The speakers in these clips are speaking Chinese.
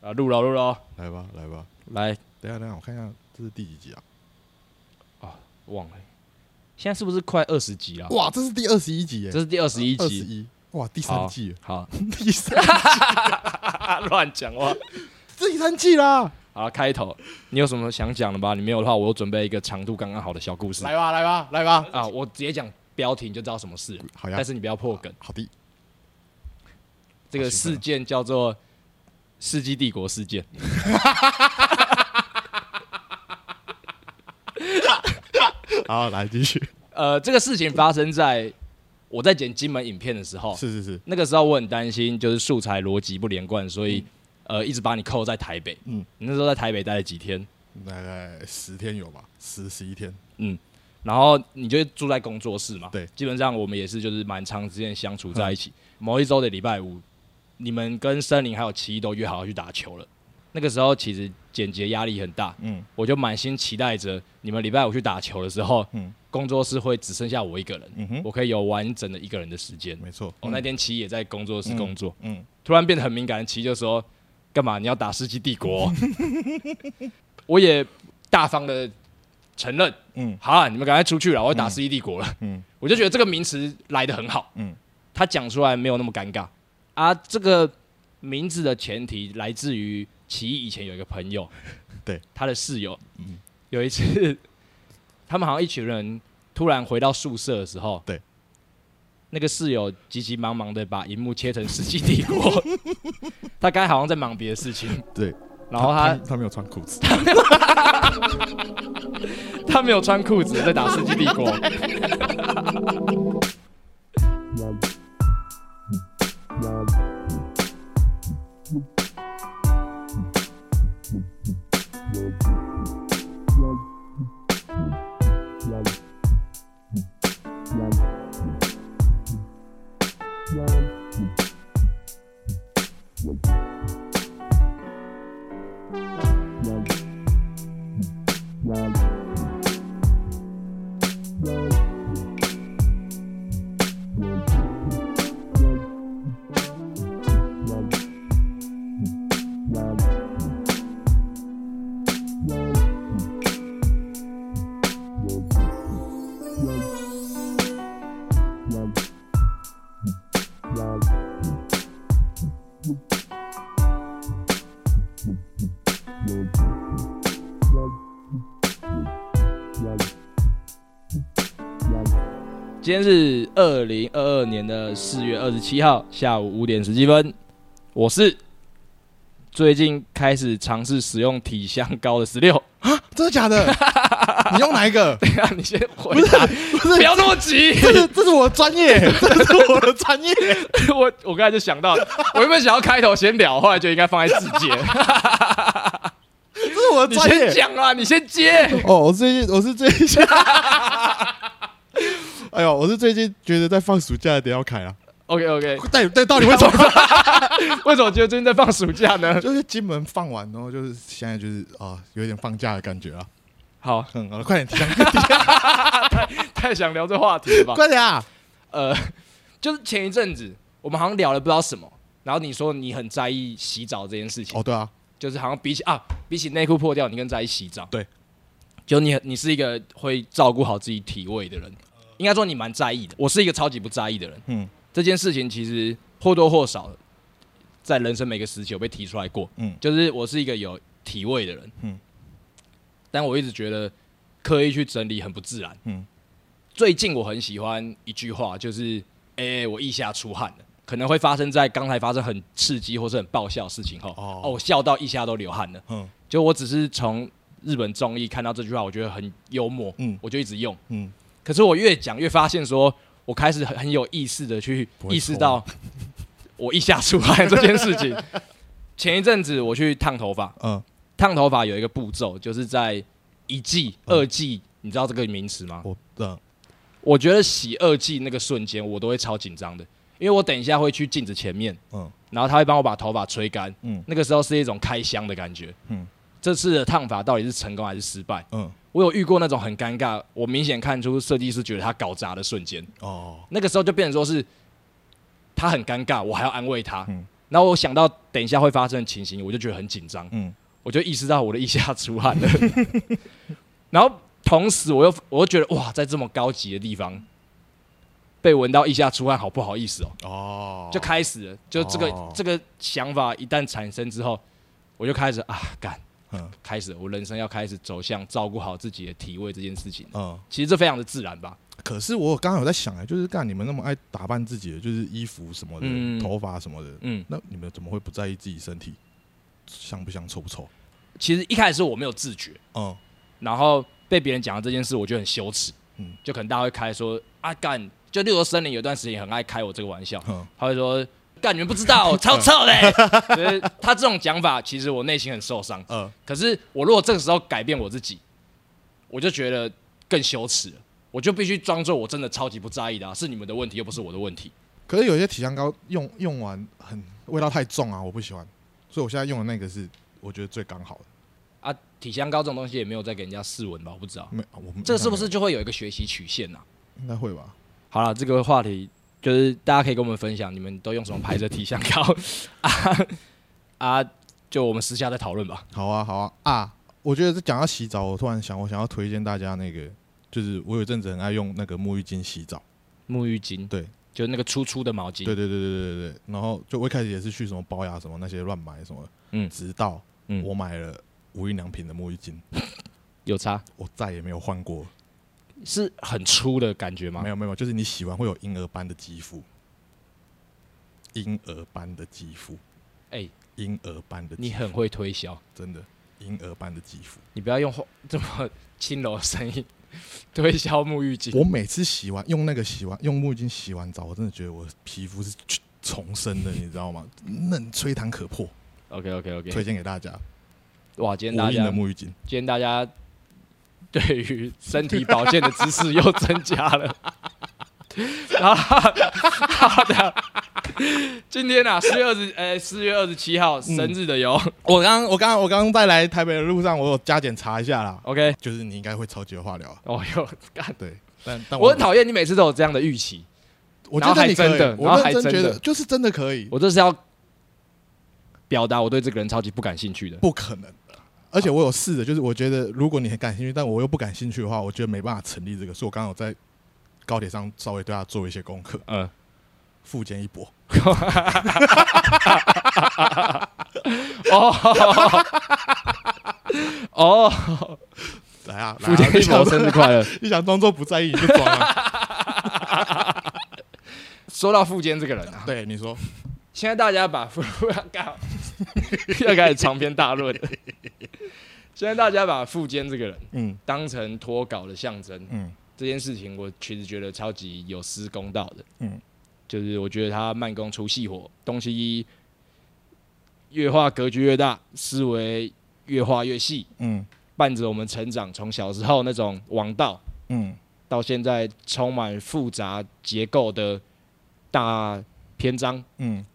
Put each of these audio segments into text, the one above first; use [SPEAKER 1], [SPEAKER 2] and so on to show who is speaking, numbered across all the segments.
[SPEAKER 1] 啊，录了录了哦，
[SPEAKER 2] 来吧，来吧，
[SPEAKER 1] 来
[SPEAKER 2] 等一下等一下，我看一下这是第几集啊？
[SPEAKER 1] 忘了，现在是不是快二十集了？
[SPEAKER 2] 哇，这是第二十一集耶，
[SPEAKER 1] 这是第二十一
[SPEAKER 2] 二十
[SPEAKER 1] 集，
[SPEAKER 2] 一，哇，第
[SPEAKER 1] 好
[SPEAKER 2] 三季，
[SPEAKER 1] 好， 啊
[SPEAKER 2] 第三
[SPEAKER 1] 乱讲话。
[SPEAKER 2] 第三季啦，
[SPEAKER 1] 好，开头你有什么想讲的吗？你没有的话，我又准备一个长度刚刚好的小故事
[SPEAKER 2] 来吧，来吧，来吧，
[SPEAKER 1] 啊，我直接讲标题你就知道什么事了，
[SPEAKER 2] 好呀
[SPEAKER 1] 但，是你不要破梗。
[SPEAKER 2] 好的，
[SPEAKER 1] 这个
[SPEAKER 2] 啊
[SPEAKER 1] 事件叫做《世纪帝国事件》
[SPEAKER 2] 好，来继续，
[SPEAKER 1] 呃，这个事情发生在我在剪金门影片的时候，
[SPEAKER 2] 是是是，
[SPEAKER 1] 那个时候我很担心，就是素材逻辑不连贯，所以、呃一直把你扣在台北。嗯
[SPEAKER 2] 嗯，
[SPEAKER 1] 你那时候在台北待了几天，
[SPEAKER 2] 大概十天有吧，十十一天，
[SPEAKER 1] 然后你就住在工作室嘛。
[SPEAKER 2] 对嗯
[SPEAKER 1] 基本上我们也是就是蛮长时间相处在一起。某一周的礼拜五，你们跟森林还有奇艺都约好要去打球了。那个时候其实剪辑压力很大，
[SPEAKER 2] 嗯
[SPEAKER 1] 我就满心期待着你们礼拜五去打球的时候，
[SPEAKER 2] 嗯
[SPEAKER 1] 工作室会只剩下我一个人，
[SPEAKER 2] 嗯哼，
[SPEAKER 1] 我可以有完整的一个人的时间。
[SPEAKER 2] 没错，
[SPEAKER 1] 我、那天奇艺也在工作室工作，
[SPEAKER 2] 嗯，
[SPEAKER 1] 突然变得很敏感，奇就说：“干嘛你要打《世纪帝国、 我也大方的承认，嗯
[SPEAKER 2] 嗯，
[SPEAKER 1] 好啊，你们赶快出去了，我要打《世纪帝国》了。嗯
[SPEAKER 2] 嗯，
[SPEAKER 1] 我就觉得这个名词来的很好，嗯
[SPEAKER 2] 嗯，
[SPEAKER 1] 他讲出来没有那么尴尬啊。这个名字的前提来自于奇异以前有一个朋友，
[SPEAKER 2] 对，嗯
[SPEAKER 1] 他的室友，有一次他们好像一群人突然回到宿舍的时候，
[SPEAKER 2] 对。
[SPEAKER 1] 那个室友急急忙忙的把荧幕切成《世纪帝国》， 他刚才好像在忙别的事情，
[SPEAKER 2] 对，
[SPEAKER 1] 然后他
[SPEAKER 2] 他没有穿裤子，
[SPEAKER 1] 他没有穿裤子在打《世纪帝 国》。今天是二零二二年的四月二十七号下午五点十七分，我是最近开始尝试使用体香膏的十六。
[SPEAKER 2] 真的 假的？你用哪一个？
[SPEAKER 1] 等一下你先回答，
[SPEAKER 2] 不
[SPEAKER 1] 不
[SPEAKER 2] 是，
[SPEAKER 1] 要那么急。
[SPEAKER 2] 这是 这是我的专业， 这是我的专 业。
[SPEAKER 1] 我我刚才就想到，我原本想要开头先聊，后来就应该放在字 节。
[SPEAKER 2] 这是我的
[SPEAKER 1] 你
[SPEAKER 2] 专
[SPEAKER 1] 先
[SPEAKER 2] 业。
[SPEAKER 1] 讲啊，你先接。
[SPEAKER 2] 哦，我最近我是最近， 哎呦，我是最近觉得在放暑假的得要开 啊。
[SPEAKER 1] OK OK，
[SPEAKER 2] 但但到底为什么？
[SPEAKER 1] 为什么觉得最近在放暑假呢？
[SPEAKER 2] 就是金门放完，然后就是现在就是啊，有点放假的感觉啊。
[SPEAKER 1] 好，
[SPEAKER 2] 嗯，好了，快点 讲，快
[SPEAKER 1] 太想聊这话题了吧？
[SPEAKER 2] 点啊！
[SPEAKER 1] 呃，就是前一阵子我们好像聊了不知道什么，然后你说你很在意洗澡这件事情，
[SPEAKER 2] 哦，对啊，
[SPEAKER 1] 就是好像比起啊，比起内裤破掉，你更在意洗澡。
[SPEAKER 2] 对，
[SPEAKER 1] 就你很你是一个会照顾好自己体味的人，应该说你蛮在意的。我是一个超级不在意的人，
[SPEAKER 2] 嗯
[SPEAKER 1] 这件事情其实或多或少在人生每个时期有被提出来过。
[SPEAKER 2] 嗯
[SPEAKER 1] 就是我是一个有体味的人，
[SPEAKER 2] 嗯
[SPEAKER 1] 但我一直觉得刻意去整理很不自然。
[SPEAKER 2] 嗯
[SPEAKER 1] 最近我很喜欢一句话，就是“哎、我腋下出汗了”，可能会发生在刚才发生很刺激或是很爆笑的事情后，哦
[SPEAKER 2] 哦
[SPEAKER 1] 我笑到腋下都流汗了。
[SPEAKER 2] 嗯
[SPEAKER 1] 就我只是从日本综艺看到这句话，我觉得很幽默，
[SPEAKER 2] 嗯
[SPEAKER 1] 我就一直用。
[SPEAKER 2] 嗯，
[SPEAKER 1] 可是我越讲越发现说，我开始很很有意识的去
[SPEAKER 2] 不会
[SPEAKER 1] 意识到我腋下出汗这件事情。 前一阵子我去烫头发，
[SPEAKER 2] 嗯，
[SPEAKER 1] 烫头发有一个步骤，就是在一季、
[SPEAKER 2] 嗯
[SPEAKER 1] 二季，你知道这个名词吗？
[SPEAKER 2] 我嗯
[SPEAKER 1] 我觉得洗二季那个瞬间，我都会超紧张的，因为我等一下会去镜子前面，
[SPEAKER 2] 嗯
[SPEAKER 1] 然后他会帮我把头发吹干，
[SPEAKER 2] 嗯
[SPEAKER 1] 那个时候是一种开箱的感觉。嗯
[SPEAKER 2] 嗯，
[SPEAKER 1] 这次的烫发到底是成功还是失败？
[SPEAKER 2] 嗯，
[SPEAKER 1] 我有遇过那种很尴尬，我明显看出设计师觉得他搞砸的瞬间，
[SPEAKER 2] 哦，
[SPEAKER 1] 那个时候就变成说是他很尴尬，我还要安慰他，
[SPEAKER 2] 嗯
[SPEAKER 1] 然后我想到等一下会发生的情形，我就觉得很紧张，
[SPEAKER 2] 嗯
[SPEAKER 1] 我就意识到我的腋下出汗了。 然后同时我又我又觉得哇，在这么高级的地方被闻到腋下出汗，好不好意思哦，
[SPEAKER 2] 哦，
[SPEAKER 1] 就开始了，就这个、
[SPEAKER 2] 哦
[SPEAKER 1] 这个想法一旦产生之后，我就开始啊干
[SPEAKER 2] 嗯
[SPEAKER 1] 开始了，我人生要开始走向照顾好自己的体位这件事情。
[SPEAKER 2] 嗯。
[SPEAKER 1] 其实这非常的自然吧，
[SPEAKER 2] 可是我刚刚有在想哎，就是干你们那么爱打扮自己的，就是衣服什么的、
[SPEAKER 1] 嗯
[SPEAKER 2] 头发什么的，
[SPEAKER 1] 嗯，
[SPEAKER 2] 那你们怎么会不在意自己身体香不香、臭不臭？
[SPEAKER 1] 其实一开始我没有自觉，
[SPEAKER 2] 嗯，
[SPEAKER 1] 然后被别人讲到这件事，我觉得很羞耻，
[SPEAKER 2] 嗯
[SPEAKER 1] 就可能大家会开说啊干，就例如说森林有段时间也很爱开我这个玩笑，
[SPEAKER 2] 哼
[SPEAKER 1] 他会说干你们不知道，超臭的欸， 就是他这种讲法，其实我内心很受伤，
[SPEAKER 2] 呃，
[SPEAKER 1] 可是我如果这个时候改变我自己，我就觉得更羞耻了。我就必须装作我真的超级不在意的、啊，是你们的问题，又不是我的问题。
[SPEAKER 2] 可是有些体香膏用用完很味道太重啊，我不喜欢，所以我现在用的那个是我觉得最刚好的。
[SPEAKER 1] 啊，体香膏这种东西也没有在给人家试闻吧？我不知道，
[SPEAKER 2] 没，我们
[SPEAKER 1] 这个是不是就会有一个学习曲线呐、啊？
[SPEAKER 2] 应该会吧？
[SPEAKER 1] 好了，这个话题就是大家可以跟我们分享，你们都用什么牌子的体香膏 啊？啊，就我们私下再讨论吧。
[SPEAKER 2] 好啊，好啊啊！我觉得这讲到洗澡，我突然想，我想要推荐大家那个，就是我有一阵子很爱用那个沐浴巾洗澡。
[SPEAKER 1] 沐浴巾，
[SPEAKER 2] 对，
[SPEAKER 1] 就是那个粗粗的毛巾。
[SPEAKER 2] 对对对对对对对。然后就我一开始也是去什么包雅什么那些乱买什么的，
[SPEAKER 1] 嗯
[SPEAKER 2] 直到
[SPEAKER 1] 嗯
[SPEAKER 2] 我买了无印良品的沐浴巾，
[SPEAKER 1] 有差，
[SPEAKER 2] 我再也没有换过。
[SPEAKER 1] 是很粗的感觉吗
[SPEAKER 2] 没？有没有，就是你洗完会有婴儿般的肌肤，婴儿般的肌肤，
[SPEAKER 1] 哎、
[SPEAKER 2] 婴儿般的肌
[SPEAKER 1] 你
[SPEAKER 2] 肤，
[SPEAKER 1] 很会推销，
[SPEAKER 2] 真的婴儿般的肌肤。
[SPEAKER 1] 你不要用这么轻柔的声音 推销沐浴巾。
[SPEAKER 2] 我每次洗完用那个洗完用沐浴巾洗完澡，我真的觉得我的皮肤是重生 的，你知道吗？嫩吹弹可破，
[SPEAKER 1] OK OK
[SPEAKER 2] 推
[SPEAKER 1] OK，
[SPEAKER 2] 荐给大家。
[SPEAKER 1] 哇，今天
[SPEAKER 2] 无
[SPEAKER 1] 大
[SPEAKER 2] 印
[SPEAKER 1] 家
[SPEAKER 2] 的沐浴巾，
[SPEAKER 1] 今天大家对于身体保健的知识又增加了。 然后，好的，今天啊，四月二十，呃，四月二十七号生日的哟。
[SPEAKER 2] 我刚我刚我刚刚在来台北的路上，我有加减查一下啦，
[SPEAKER 1] OK，
[SPEAKER 2] 就是你应该会超级有话聊啊，
[SPEAKER 1] 哦哟，干，
[SPEAKER 2] 对。但但
[SPEAKER 1] 我
[SPEAKER 2] 我
[SPEAKER 1] 很讨厌你每次都有这样的预期，
[SPEAKER 2] 我
[SPEAKER 1] 然后
[SPEAKER 2] 觉得
[SPEAKER 1] 还
[SPEAKER 2] 你可以
[SPEAKER 1] 真的，然
[SPEAKER 2] 我
[SPEAKER 1] 后还
[SPEAKER 2] 认真
[SPEAKER 1] 真
[SPEAKER 2] 觉
[SPEAKER 1] 的
[SPEAKER 2] 得就是真的可以，
[SPEAKER 1] 我这是要表达我对这个人超级不感兴趣的。
[SPEAKER 2] 不可能。而且我有试着，就是我觉得如果你很感兴趣，但我又不感兴趣的话，我觉得没办法成立这个。所以我刚刚有在高铁上稍微对他做一些功课，
[SPEAKER 1] 嗯，
[SPEAKER 2] 复健一波。
[SPEAKER 1] 哦， 哦，
[SPEAKER 2] 来啊，来
[SPEAKER 1] 福
[SPEAKER 2] 啊
[SPEAKER 1] 建
[SPEAKER 2] 你
[SPEAKER 1] 一博
[SPEAKER 2] 想
[SPEAKER 1] 生日快乐！
[SPEAKER 2] 你想装作不在意你就装啊。
[SPEAKER 1] 说到富坚这个人啊，
[SPEAKER 2] 对，你说
[SPEAKER 1] 现在大家把富 干要开始长篇大论了。现在大家把富坚这个人
[SPEAKER 2] 嗯
[SPEAKER 1] 当成脱稿的象征，
[SPEAKER 2] 嗯
[SPEAKER 1] 这件事情我其实觉得超级有失公道的。
[SPEAKER 2] 嗯
[SPEAKER 1] 就是我觉得他慢工出细活，东西一越画格局越大，思维越画越细，
[SPEAKER 2] 嗯
[SPEAKER 1] 伴着我们成长，从小时候那种王道，
[SPEAKER 2] 嗯
[SPEAKER 1] 到现在充满复杂结构的大篇章，
[SPEAKER 2] 嗯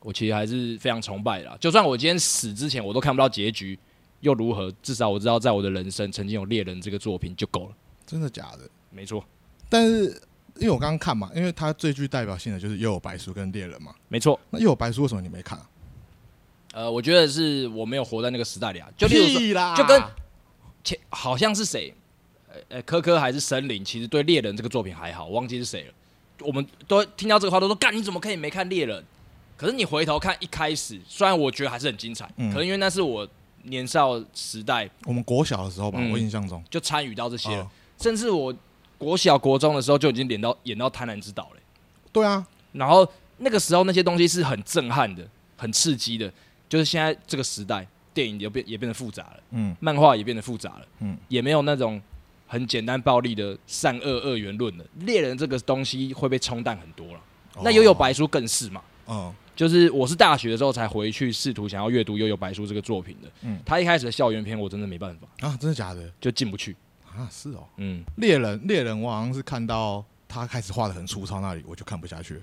[SPEAKER 1] 我其实还是非常崇拜的啦。就算我今天死之前我都看不到结局，又如何？至少我知道，在我的人生曾经有《猎人》这个作品就够了。
[SPEAKER 2] 真的假的？
[SPEAKER 1] 没错，
[SPEAKER 2] 但是因为我刚刚看嘛，因为它最具代表性的就是又有白书跟猎人嘛。
[SPEAKER 1] 没错。
[SPEAKER 2] 那又有白书为什么你没看啊？
[SPEAKER 1] 呃，我觉得是我没有活在那个时代里啊。就例如说，
[SPEAKER 2] 啦
[SPEAKER 1] 就跟前好像是谁，呃呃，科科还是森林，其实对《猎人》这个作品还好，忘记是谁了。我们都听到这个话都说，干你怎么可以没看《猎人》？可是你回头看一开始，虽然我觉得还是很精彩，
[SPEAKER 2] 嗯
[SPEAKER 1] 可能因为那是我年少时代
[SPEAKER 2] 我们国小的时候吧，
[SPEAKER 1] 嗯
[SPEAKER 2] 我印象中
[SPEAKER 1] 就参与到这些了，
[SPEAKER 2] 哦
[SPEAKER 1] 甚至我国小国中的时候就已经演到演到《贪婪之岛》了。
[SPEAKER 2] 对啊，
[SPEAKER 1] 然后那个时候那些东西是很震撼的，很刺激的。就是现在这个时代，电影也变也变得复杂了，
[SPEAKER 2] 嗯
[SPEAKER 1] 漫画也变得复杂了，
[SPEAKER 2] 嗯
[SPEAKER 1] 也没有那种很简单暴力的善恶二元论了。猎人这个东西会被冲淡很多了。那悠悠白书更是嘛，
[SPEAKER 2] 哦
[SPEAKER 1] 就是我是大学的时候才回去试图想要阅读悠悠白书这个作品的。
[SPEAKER 2] 嗯
[SPEAKER 1] 他一开始的校园片我真的没办法，
[SPEAKER 2] 嗯啊，真的假的
[SPEAKER 1] 就进不去。
[SPEAKER 2] 啊？是哦。
[SPEAKER 1] 嗯，
[SPEAKER 2] 猎人，猎人，我好像是看到他开始画的很粗糙那里，我就看不下去了。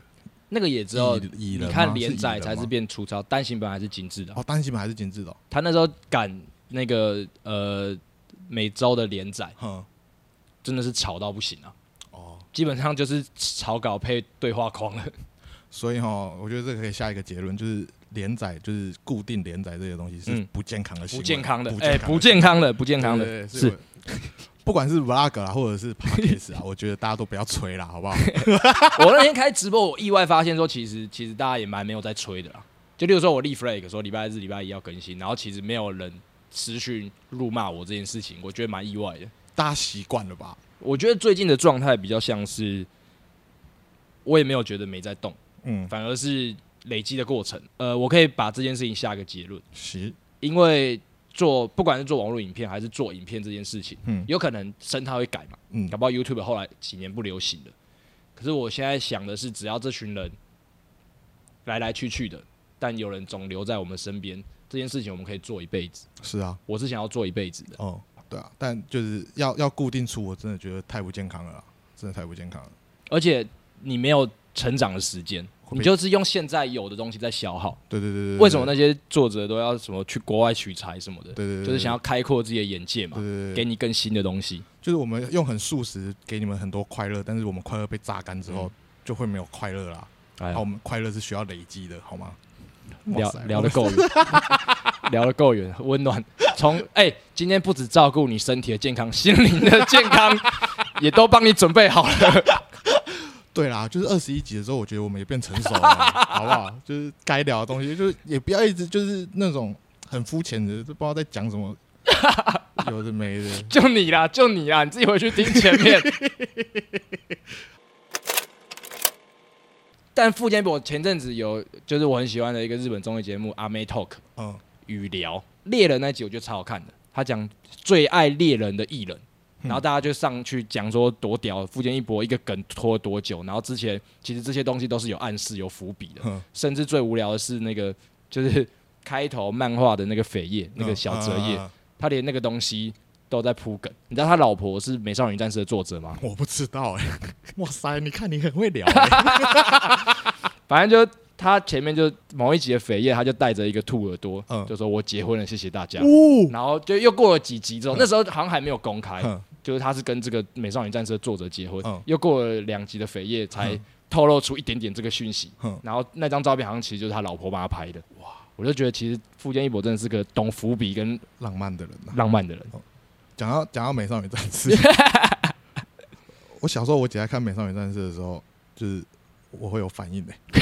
[SPEAKER 1] 那个也只有
[SPEAKER 2] 蚁蚁
[SPEAKER 1] 你
[SPEAKER 2] 人吗
[SPEAKER 1] 看连载
[SPEAKER 2] 是蚁
[SPEAKER 1] 才
[SPEAKER 2] 人吗
[SPEAKER 1] 是变粗糙，单行本还是精致的啊。
[SPEAKER 2] 哦，单行本还是精致的哦、
[SPEAKER 1] 他那时候赶那个呃每周的连载，
[SPEAKER 2] 哼，
[SPEAKER 1] 真的是吵到不行啊！
[SPEAKER 2] 哦，
[SPEAKER 1] 基本上就是草稿配对话框了。
[SPEAKER 2] 所以哈，我觉得这个可以下一个结论，就是连载，就是固定连载这些东西是
[SPEAKER 1] 嗯
[SPEAKER 2] 不健康的 行为，
[SPEAKER 1] 不健康的，
[SPEAKER 2] 不
[SPEAKER 1] 哎，
[SPEAKER 2] 健康
[SPEAKER 1] 不健康的，不健康
[SPEAKER 2] 对对
[SPEAKER 1] 的，
[SPEAKER 2] 对
[SPEAKER 1] 是
[SPEAKER 2] 我不管是 vlog 啦，或者是 podcast 啊， 我觉得大家都不要吹啦，好不好？
[SPEAKER 1] 我那天开直播，我意外发现说，其实其实大家也蛮没有在催的啦。就例如说，我立 flag 说礼拜日、礼拜一要更新，然后其实没有人持续辱骂我这件事情，我觉得蛮意外的。
[SPEAKER 2] 大家习惯了吧？
[SPEAKER 1] 我觉得最近的状态比较像是，我也没有觉得没在动，
[SPEAKER 2] 嗯，
[SPEAKER 1] 反而是累积的过程。呃，我可以把这件事情下个结论，
[SPEAKER 2] 习，
[SPEAKER 1] 因为做不管是做网络影片还是做影片这件事情，
[SPEAKER 2] 嗯
[SPEAKER 1] 有可能生态会改嘛，
[SPEAKER 2] 嗯
[SPEAKER 1] 搞不好 YouTube 后来几年不流行了。可是我现在想的是，只要这群人来来去去的，但有人总留在我们身边，这件事情我们可以做一辈子。
[SPEAKER 2] 是啊，
[SPEAKER 1] 我是想要做一辈子的。
[SPEAKER 2] 哦，对啊，但就是要要固定出，我真的觉得太不健康了啦，真的太不健康了。
[SPEAKER 1] 而且你没有成长的时间，
[SPEAKER 2] 会被
[SPEAKER 1] 你就是用现在有的东西在消耗。
[SPEAKER 2] 对对对对，对
[SPEAKER 1] 为什么？那些作者都要什么去国外取材什么的？
[SPEAKER 2] 对对对，对
[SPEAKER 1] 就是想要，开阔自己的眼界嘛
[SPEAKER 2] 对，对对
[SPEAKER 1] 给
[SPEAKER 2] 对，
[SPEAKER 1] 你更新的东西。
[SPEAKER 2] 就是我们用很素食给你们很多快乐，但是我们快乐被榨干之后，就会没有快乐啦。
[SPEAKER 1] 哎呀
[SPEAKER 2] 好，我，们快乐是需要累积的，好吗？
[SPEAKER 1] 聊
[SPEAKER 2] 哇塞
[SPEAKER 1] 聊得够 远，聊得够远，温暖。从哎、今天不只照顾你身体的健康，心灵的健 康也都帮你准备好了。
[SPEAKER 2] 对啦，就是二十一集的时候，我觉得我们也变成熟了，好不好？就是该聊的东西，就是也不要一直就是那种很肤浅的，都不知道在讲什么，有的没的。
[SPEAKER 1] 就你啦，就你啦，你自己回去听前 面。但富坚博前阵子有，就是我很喜欢的一个日本综艺节目《阿妹 Talk》
[SPEAKER 2] 嗯
[SPEAKER 1] 语聊猎人那集，我觉得超好看的。他讲最爱猎人的艺人，
[SPEAKER 2] 嗯
[SPEAKER 1] 然后大家就上去讲说多屌，富坚义博一个梗拖了多久，然后之前其实这些东西都是有暗示、有伏笔的。
[SPEAKER 2] 哼，
[SPEAKER 1] 甚至最无聊的是那个就是开头漫画的那个扉页，那个
[SPEAKER 2] 嗯
[SPEAKER 1] 小折页，
[SPEAKER 2] 啊
[SPEAKER 1] 他连那个东西都在铺梗。你知道他老婆是《美少女战士》的作者吗？
[SPEAKER 2] 我不知道哎、哇塞，你看你很会聊、欸，
[SPEAKER 1] 反正就他前面就某一集的扉页，他就带着一个兔耳朵，
[SPEAKER 2] 嗯
[SPEAKER 1] 就说我结婚了，谢谢大家。
[SPEAKER 2] 呜、
[SPEAKER 1] 然后就又过了几集之后，那时候好像还没有公开，
[SPEAKER 2] 哼
[SPEAKER 1] 就是他是跟这个《美少女战士》的作者结婚
[SPEAKER 2] 嗯。
[SPEAKER 1] 又过了两集的扉页才透露出一点点这个讯息
[SPEAKER 2] 嗯。
[SPEAKER 1] 然后那张照片好像其实就是他老婆帮他拍的。哇！我就觉得其实富坚义博真的是个懂伏笔跟
[SPEAKER 2] 浪漫的人呐、
[SPEAKER 1] 浪漫的人。
[SPEAKER 2] 讲到讲到美少女战士， 我小时候我姐在看美少女战士的时候，就是我会有反应的、 欸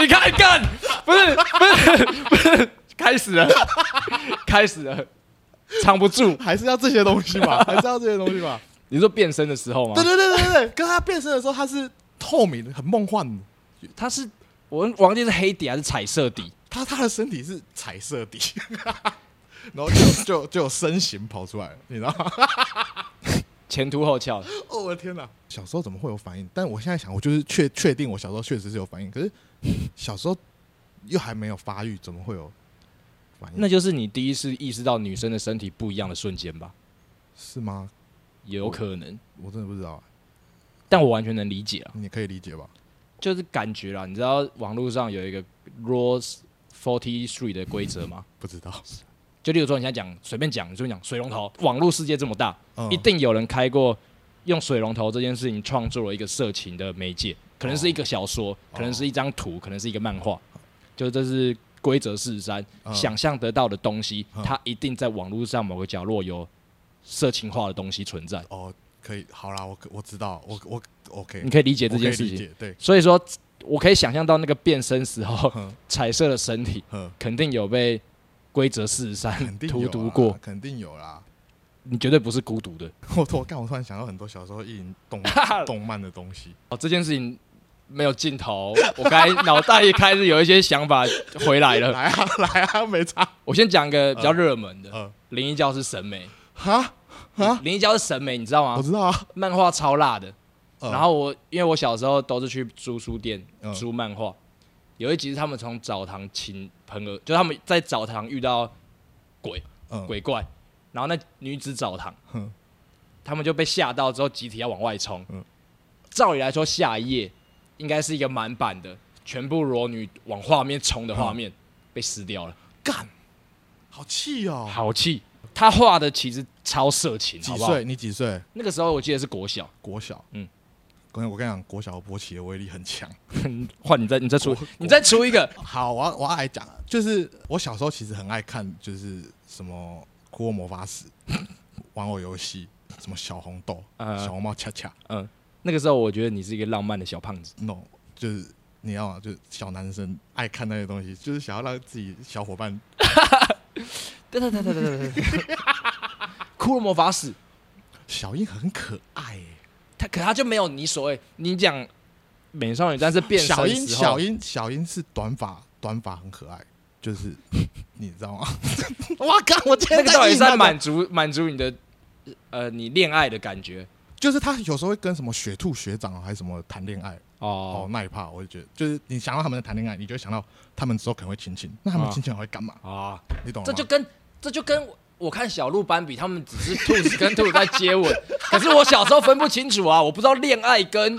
[SPEAKER 1] 你看，干，不是，不是，不是，开始了， 开始了，藏不住。
[SPEAKER 2] 还是要这些东西吧， 还是要这些东西吧。
[SPEAKER 1] 你说变身的时候吗？
[SPEAKER 2] 对对对对对，跟他变身的时候，他是透明的，很梦幻的。
[SPEAKER 1] 他是我忘记是黑底还是彩色底，
[SPEAKER 2] 他他的身体是彩色底， 然后就就就有身形跑出来了，你知道吗？
[SPEAKER 1] 前凸后翘。
[SPEAKER 2] 哦，我的天哪！小时候怎么会有反应？但我现在想，我就是确确定我小时候确实是有反应，可是小时候又还没有发育，怎么会有反应？
[SPEAKER 1] 那就是你第一次意识到女生的身体不一样的瞬间吧？
[SPEAKER 2] 是吗？
[SPEAKER 1] 也有可能，
[SPEAKER 2] 我真的不知道，
[SPEAKER 1] 但我完全能理解啊，
[SPEAKER 2] 你可以理解吧？
[SPEAKER 1] 就是感觉啦。你知道网络上有一个 Rules Forty Three 的规则吗？
[SPEAKER 2] 不知道，
[SPEAKER 1] 就例如说，你现在讲随便讲，你随便讲水龙头，网络世界这么大，
[SPEAKER 2] 嗯
[SPEAKER 1] 一定有人开过用水龙头这件事情创作了一个色情的媒介，可能是一个小
[SPEAKER 2] 哦
[SPEAKER 1] 说，可能是一张图，可能是一个漫画，就这是规则四十三，
[SPEAKER 2] 嗯
[SPEAKER 1] 想象得到的东西，
[SPEAKER 2] 嗯
[SPEAKER 1] 它一定在网络上某个角落有色情化的东西存在，
[SPEAKER 2] 哦，可以，好啦，我可我知道，我我 OK，
[SPEAKER 1] 你可以理解
[SPEAKER 2] 我
[SPEAKER 1] 这
[SPEAKER 2] 可以
[SPEAKER 1] 件事
[SPEAKER 2] 理
[SPEAKER 1] 情。
[SPEAKER 2] 解，对，
[SPEAKER 1] 所以说，我可以想象到那个变身时候，
[SPEAKER 2] 哼
[SPEAKER 1] 彩色的身体
[SPEAKER 2] 哼，
[SPEAKER 1] 肯定有被规则四十
[SPEAKER 2] 嗯肯
[SPEAKER 1] 三
[SPEAKER 2] 定
[SPEAKER 1] 荼
[SPEAKER 2] 有啊
[SPEAKER 1] 毒
[SPEAKER 2] 啦
[SPEAKER 1] 过，
[SPEAKER 2] 肯定有啦。
[SPEAKER 1] 你绝对不是孤独的。
[SPEAKER 2] 我突我干，我突然想到很多小时候意淫 动动漫的东西。
[SPEAKER 1] 哦，这件事情没有尽头。 我刚才脑袋一开始有一些想法回来 了。
[SPEAKER 2] 来啊来啊，没差。
[SPEAKER 1] 我先讲一个比较热门的，
[SPEAKER 2] 呃，
[SPEAKER 1] 灵异教是审美。
[SPEAKER 2] 哈啊，
[SPEAKER 1] 灵异教是审美，你知道
[SPEAKER 2] 我
[SPEAKER 1] 吗？
[SPEAKER 2] 知道啊。
[SPEAKER 1] 漫画超辣的。
[SPEAKER 2] 呃
[SPEAKER 1] 然后我因为我小时候都是去租书店
[SPEAKER 2] 嗯
[SPEAKER 1] 租漫画，有一集是他们从澡堂请朋友，就他们在澡堂遇到鬼
[SPEAKER 2] 嗯
[SPEAKER 1] 鬼怪，然后那女子澡堂
[SPEAKER 2] 嗯，
[SPEAKER 1] 他们就被吓到之后集体要往外冲
[SPEAKER 2] 嗯。
[SPEAKER 1] 照理来说，下一页应该是一个满版的，全部裸女往画面冲的画面被撕掉了，
[SPEAKER 2] 嗯干，好气哦。
[SPEAKER 1] 好气！他画的其实超色情，好
[SPEAKER 2] 几
[SPEAKER 1] 不好
[SPEAKER 2] 岁？？你几岁？
[SPEAKER 1] 那个时候我记得是国小，
[SPEAKER 2] 国小。
[SPEAKER 1] 嗯，
[SPEAKER 2] 跟我跟你讲，国小勃起的威力很强。
[SPEAKER 1] 换你再你再出你再出一个，
[SPEAKER 2] 好，我要我要来讲，就是我小时候其实很爱看，就是什么《骷髅魔法使》 玩偶游戏，什么小红豆、
[SPEAKER 1] 呃
[SPEAKER 2] 小红帽恰恰
[SPEAKER 1] 嗯，那个时候我觉得你是一个浪漫的小胖 子，
[SPEAKER 2] ，no，就是你要嘛，就是小男生爱看那些东西，就是想要让自己小伙伴
[SPEAKER 1] 对对对对对对，骷髅魔法使，
[SPEAKER 2] 小樱很可爱、欸。
[SPEAKER 1] 他可他就没有你所谓你讲美少女战士变身
[SPEAKER 2] 小樱，
[SPEAKER 1] 时候
[SPEAKER 2] 小樱，小樱是短发，短发很可爱，就是 你知道吗？ 哇靠！我今
[SPEAKER 1] 那
[SPEAKER 2] 天
[SPEAKER 1] 个到底
[SPEAKER 2] 硬
[SPEAKER 1] 是在
[SPEAKER 2] 要讲
[SPEAKER 1] 满足满足你的呃你恋爱的感觉
[SPEAKER 2] 就是他有时候会跟什么雪兔学长还是什么谈恋爱，哦
[SPEAKER 1] 哦，
[SPEAKER 2] 那一趴我就觉得，就是你想到他们在谈恋爱，你就会想到他们之后可能会亲亲，那他们
[SPEAKER 1] 啊
[SPEAKER 2] 亲亲会干嘛？
[SPEAKER 1] 啊，
[SPEAKER 2] 你哦懂吗？
[SPEAKER 1] 这就跟这就跟我我看小鹿斑比他们只是兔子 跟兔子在接吻，可是我小时候分不清楚啊，我不知道恋爱跟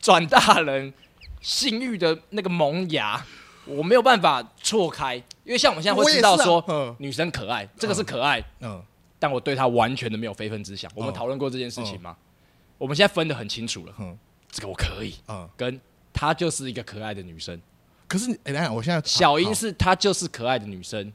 [SPEAKER 1] 转大人性欲的那个萌芽，我没有办法错开，因为像我们现在会知道说、
[SPEAKER 2] 我也是啊嗯
[SPEAKER 1] 女生可爱，这个是可爱，
[SPEAKER 2] 嗯，
[SPEAKER 1] 但我对她完全的没有非分之想。我们
[SPEAKER 2] 嗯
[SPEAKER 1] 讨论过这件事情吗？我们现在分得很清楚了，
[SPEAKER 2] 嗯
[SPEAKER 1] 这个我可以，
[SPEAKER 2] 嗯，
[SPEAKER 1] 跟她就是一个可爱的女生。
[SPEAKER 2] 可是你，哎、等一下，我现在
[SPEAKER 1] 小
[SPEAKER 2] 好
[SPEAKER 1] 英是她就是可爱的女生，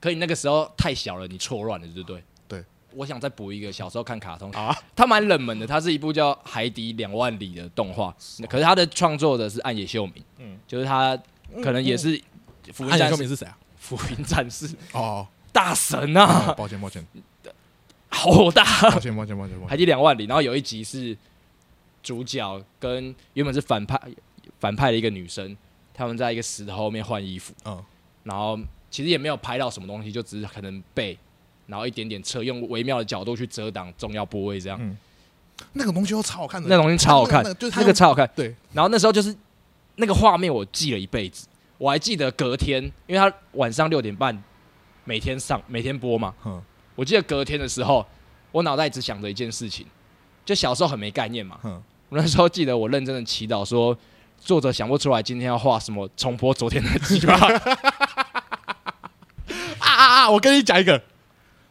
[SPEAKER 1] 可你那个时候太小了，你错乱了，对不对？
[SPEAKER 2] 对，
[SPEAKER 1] 我想再补一个小时候看卡通，
[SPEAKER 2] 好啊，
[SPEAKER 1] 它蛮冷门的，它是一部叫《海底两万里》的动画，可是它的创作者是暗野秀明，嗯
[SPEAKER 2] 嗯，
[SPEAKER 1] 就是他可能也是福音
[SPEAKER 2] 暗夜
[SPEAKER 1] 战
[SPEAKER 2] 秀
[SPEAKER 1] 士，
[SPEAKER 2] 明是谁啊？
[SPEAKER 1] 福音战士
[SPEAKER 2] 哦，
[SPEAKER 1] 大神啊
[SPEAKER 2] 哦，抱歉，抱歉，
[SPEAKER 1] 好大！
[SPEAKER 2] 抱歉，抱歉，抱歉，抱
[SPEAKER 1] 海
[SPEAKER 2] 歉。
[SPEAKER 1] 底两万里，然后有一集是主角跟原本是反派反派的一个女生，他们在一个石头后面换衣服。
[SPEAKER 2] 嗯，
[SPEAKER 1] 然后其实也没有拍到什么东西，就只是可能背，然后一点点侧，用微妙的角度去遮挡重要部位，这样、
[SPEAKER 2] 嗯那个东西都超好看的，
[SPEAKER 1] 那东西超好看，
[SPEAKER 2] 那个那个就是他
[SPEAKER 1] 那个超好看。
[SPEAKER 2] 对，
[SPEAKER 1] 然后那时候就是那个画面，我记了一辈子，我还记得隔天，因为他晚上六点半每天上每天播嘛，
[SPEAKER 2] 嗯
[SPEAKER 1] 我记得隔天的时候，我脑袋只想着一件事情，就小时候很没概念嘛，
[SPEAKER 2] 嗯，
[SPEAKER 1] 我那时候记得我认真的祈祷说，作者想不出来今天要画什么重播昨天的集 吧，
[SPEAKER 2] 啊啊啊！我跟你讲一个，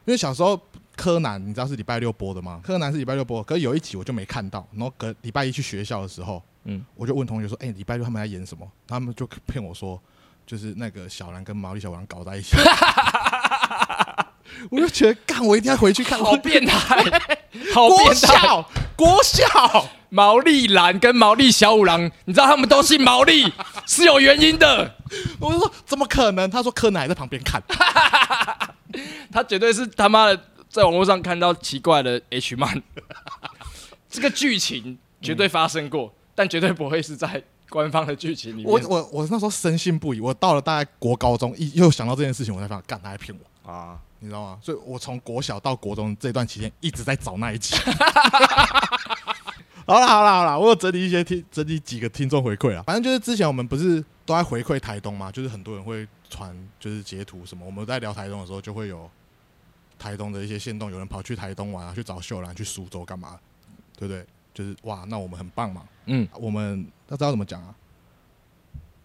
[SPEAKER 2] 因为小时候柯南，你知道是礼拜六播的吗？柯南是礼拜六播的，可是有一集我就没看到，然后隔礼拜一去学校的时候，
[SPEAKER 1] 嗯
[SPEAKER 2] 嗯，我就问同学说，哎、礼拜六他们在演什么？他们就骗我说，就是那个小兰跟毛利小五郎搞在 一起。我就觉得，干，我一定要回去看。
[SPEAKER 1] 好变态，好
[SPEAKER 2] 国
[SPEAKER 1] 变态。
[SPEAKER 2] 小，国小，
[SPEAKER 1] 毛利兰跟毛利小五郎，你知道他们都姓毛利是有原因的，
[SPEAKER 2] 我就说怎么可能？他说柯南还在旁边看，
[SPEAKER 1] 他绝对是他妈的在网络上看到奇怪的 H 漫， 这个剧情绝对发生过，但绝对不会是在官方的剧情里面。
[SPEAKER 2] 我我我那时候深信不疑。我到了大概国高中，一又想到这件事情，我才发现，干，他在骗我。
[SPEAKER 1] 啊，
[SPEAKER 2] 你知道吗？所以我从国小到国中这段期间一直在找那一 集。好啦好啦好啦，我有整理一些听整理几个听众回馈啊。反正就是之前我们不是都在回馈台东嘛，就是很多人会传就是截图什么。我们在聊台东的时候，就会有台东的一些线动，有人跑去台东玩啊，去找秀兰，去苏州干嘛，对不对？就是哇，那我们很棒嘛。啊
[SPEAKER 1] 嗯，
[SPEAKER 2] 我们那知道怎么讲啊？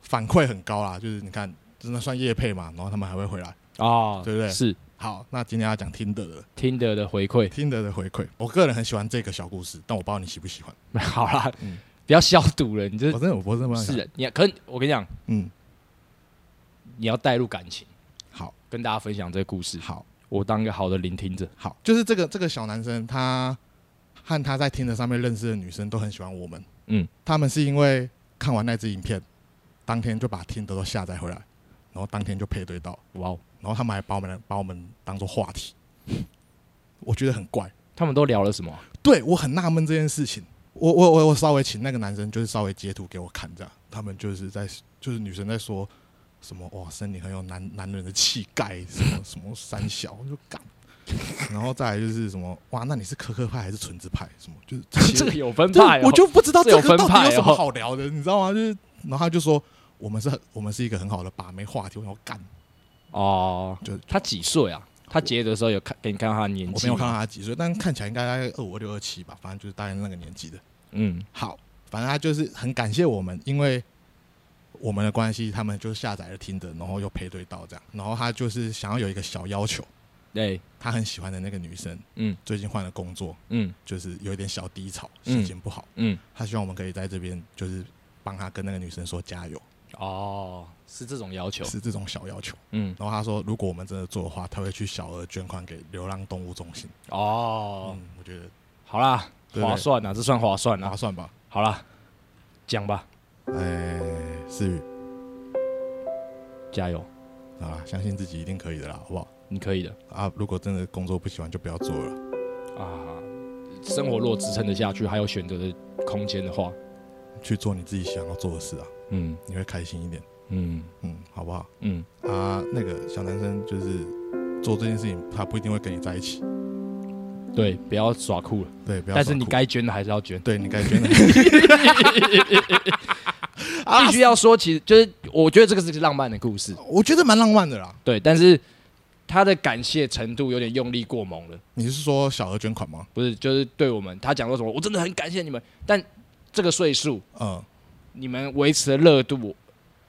[SPEAKER 2] 反馈很高啦，就是你看，真的算业配嘛，然后他们还会回来。
[SPEAKER 1] 啊，
[SPEAKER 2] 对不对
[SPEAKER 1] 是
[SPEAKER 2] 好，那今天要讲听的了。
[SPEAKER 1] 听得的回馈，
[SPEAKER 2] 听得的回馈，我个人很喜欢这个小故事，但我不知道你喜不喜欢。
[SPEAKER 1] 好啦，
[SPEAKER 2] 嗯
[SPEAKER 1] 不要消毒了，你这
[SPEAKER 2] 我哦真的，我不是啊那么
[SPEAKER 1] 是
[SPEAKER 2] 想。
[SPEAKER 1] 人，你可我跟你讲，
[SPEAKER 2] 嗯，
[SPEAKER 1] 你要带入感情，
[SPEAKER 2] 好，
[SPEAKER 1] 跟大家分享这个故事，
[SPEAKER 2] 好，
[SPEAKER 1] 我当一个好的聆听者。
[SPEAKER 2] 好，就是这个这个小男生，他和他在听的上面认识的女生都很喜欢我们。
[SPEAKER 1] 嗯，
[SPEAKER 2] 他们是因为看完那支影片，当天就把听的都下载回来，然后当天就配对到，
[SPEAKER 1] 哇哦，
[SPEAKER 2] 然后他们还把我们把我们当做话题，我觉得很怪。
[SPEAKER 1] 他们都聊了什么？
[SPEAKER 2] 对我很纳闷这件事情。我我我我稍微请那个男生就是稍微截图给我看，这样他们就是在就是女生在说什么哇，森林很有男男人的气概，什么什么三小我就干，然后再来就是什么哇，那你是科科派还是纯子派？什么就是这些
[SPEAKER 1] 这个 有分
[SPEAKER 2] 就
[SPEAKER 1] 派、哦，
[SPEAKER 2] 我就不知道
[SPEAKER 1] 这
[SPEAKER 2] 这
[SPEAKER 1] 有
[SPEAKER 2] 个
[SPEAKER 1] 分
[SPEAKER 2] 到
[SPEAKER 1] 派
[SPEAKER 2] 底有什
[SPEAKER 1] 哦
[SPEAKER 2] 么好聊的，你知道吗？就是然后他就说我们是很我们是一个很好的把妹话题，我要干，
[SPEAKER 1] 哦，
[SPEAKER 2] 就
[SPEAKER 1] 他几岁啊？他结的时候有看给你看到他的年
[SPEAKER 2] 我
[SPEAKER 1] 纪？
[SPEAKER 2] 没有看到，他几岁，但看起来应该大概二五六二七吧，反正就是大概那个年纪的。
[SPEAKER 1] 嗯，
[SPEAKER 2] 好，反正他就是很感谢我们，因为我们的关系，他们就下载了听的，然后又配对到这样，然后他就是想要有一个小要求，
[SPEAKER 1] 对，
[SPEAKER 2] 他很喜欢的那个女生，
[SPEAKER 1] 嗯
[SPEAKER 2] 最近换了工作，
[SPEAKER 1] 嗯
[SPEAKER 2] 就是有一点小低潮，
[SPEAKER 1] 嗯
[SPEAKER 2] 心情不好，
[SPEAKER 1] 嗯，
[SPEAKER 2] 他希望我们可以在这边就是帮他跟那个女生说加油，
[SPEAKER 1] 哦，是这种要求，
[SPEAKER 2] 是这种小要求。
[SPEAKER 1] 嗯，
[SPEAKER 2] 然后他说，如果我们真的做的话，他会去小额捐款给流浪动物中心。
[SPEAKER 1] 哦，
[SPEAKER 2] 嗯，我觉得
[SPEAKER 1] 好啦，
[SPEAKER 2] 对不对
[SPEAKER 1] 划算啊，这算划算
[SPEAKER 2] 划
[SPEAKER 1] 啊，
[SPEAKER 2] 算吧。
[SPEAKER 1] 好啦，讲吧，
[SPEAKER 2] 哎，思雨，
[SPEAKER 1] 加油，
[SPEAKER 2] 好啦，相信自己一定可以的啦，好不好？
[SPEAKER 1] 你可以的
[SPEAKER 2] 啊，如果真的工作不喜欢，就不要做了。
[SPEAKER 1] 啊，生活若支撑得下去，还有选择的空间的话，
[SPEAKER 2] 去做你自己想要做的事啊，
[SPEAKER 1] 嗯
[SPEAKER 2] 你会开心一点。
[SPEAKER 1] 嗯
[SPEAKER 2] 嗯，好不好？
[SPEAKER 1] 嗯，
[SPEAKER 2] 啊，那个小男生就是做这件事情，他不一定会跟你在一起。
[SPEAKER 1] 对，不要耍酷了，
[SPEAKER 2] 对，不要耍
[SPEAKER 1] 但
[SPEAKER 2] 酷。
[SPEAKER 1] 是你该捐的还是要捐。
[SPEAKER 2] 对你该捐的，
[SPEAKER 1] 必须要说，其实就是我觉得这个是个浪漫的故事，
[SPEAKER 2] 我觉得蛮浪漫的啦。
[SPEAKER 1] 对，但是他的感谢程度有点用力过猛了，
[SPEAKER 2] 你是说小额捐款吗？
[SPEAKER 1] 不是，就是对我们他讲说什么，我真的很感谢你们，但这个岁数
[SPEAKER 2] 嗯，
[SPEAKER 1] 你们维持的热度，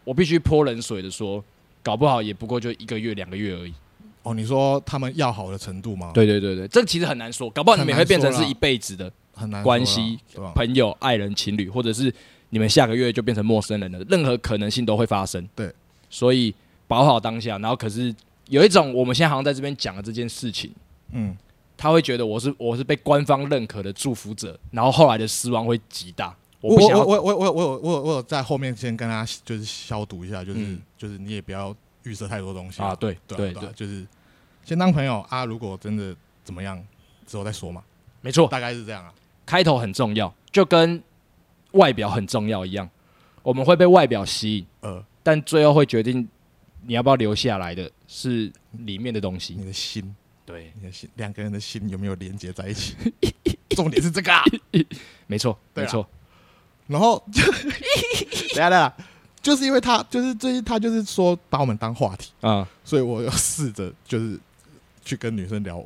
[SPEAKER 1] 我必须泼冷水的说，搞不好也不过就一个月两个月而已。
[SPEAKER 2] 哦，你说他们要好的程度吗？，
[SPEAKER 1] 对对对对，这其实很难说，搞不好你们也会变成是一辈子的
[SPEAKER 2] 很难说啦
[SPEAKER 1] 关系
[SPEAKER 2] 对吧？
[SPEAKER 1] 朋友、爱人、情侣，或者是你们下个月就变成陌生人了，任何可能性都会发生。
[SPEAKER 2] 对，
[SPEAKER 1] 所以把好当下，然后可是有一种我们现在好像在这边讲的这件事情，
[SPEAKER 2] 嗯，
[SPEAKER 1] 他会觉得我是我是被官方认可的祝福者，然后后来的失望会极大。
[SPEAKER 2] 我
[SPEAKER 1] 不想要
[SPEAKER 2] 我我我我我有我有我有在后面先跟他就是消毒一下，就是、
[SPEAKER 1] 嗯
[SPEAKER 2] 就是你也不要预设太多东西
[SPEAKER 1] 啊，对
[SPEAKER 2] 对
[SPEAKER 1] 对
[SPEAKER 2] 啊对
[SPEAKER 1] 对
[SPEAKER 2] 啊，，就是先当朋友啊，如果真的怎么样之后再说嘛，
[SPEAKER 1] 没错，
[SPEAKER 2] 大概是这样啊。
[SPEAKER 1] 开头很重要，就跟外表很重要一样，我们会被外表吸引，
[SPEAKER 2] 呃，
[SPEAKER 1] 但最后会决定你要不要留下来的是里面的东西
[SPEAKER 2] 你。的心，
[SPEAKER 1] 对，
[SPEAKER 2] 你的心，两个人的心有没有连接在一起？ 重点是这个啊。
[SPEAKER 1] 没错，
[SPEAKER 2] 对
[SPEAKER 1] 没
[SPEAKER 2] 啊
[SPEAKER 1] 错，
[SPEAKER 2] 然后，等一下的，就是因为他就是最近他就是说把我们当话题，
[SPEAKER 1] 啊、
[SPEAKER 2] 所以我要试着就是去跟女生聊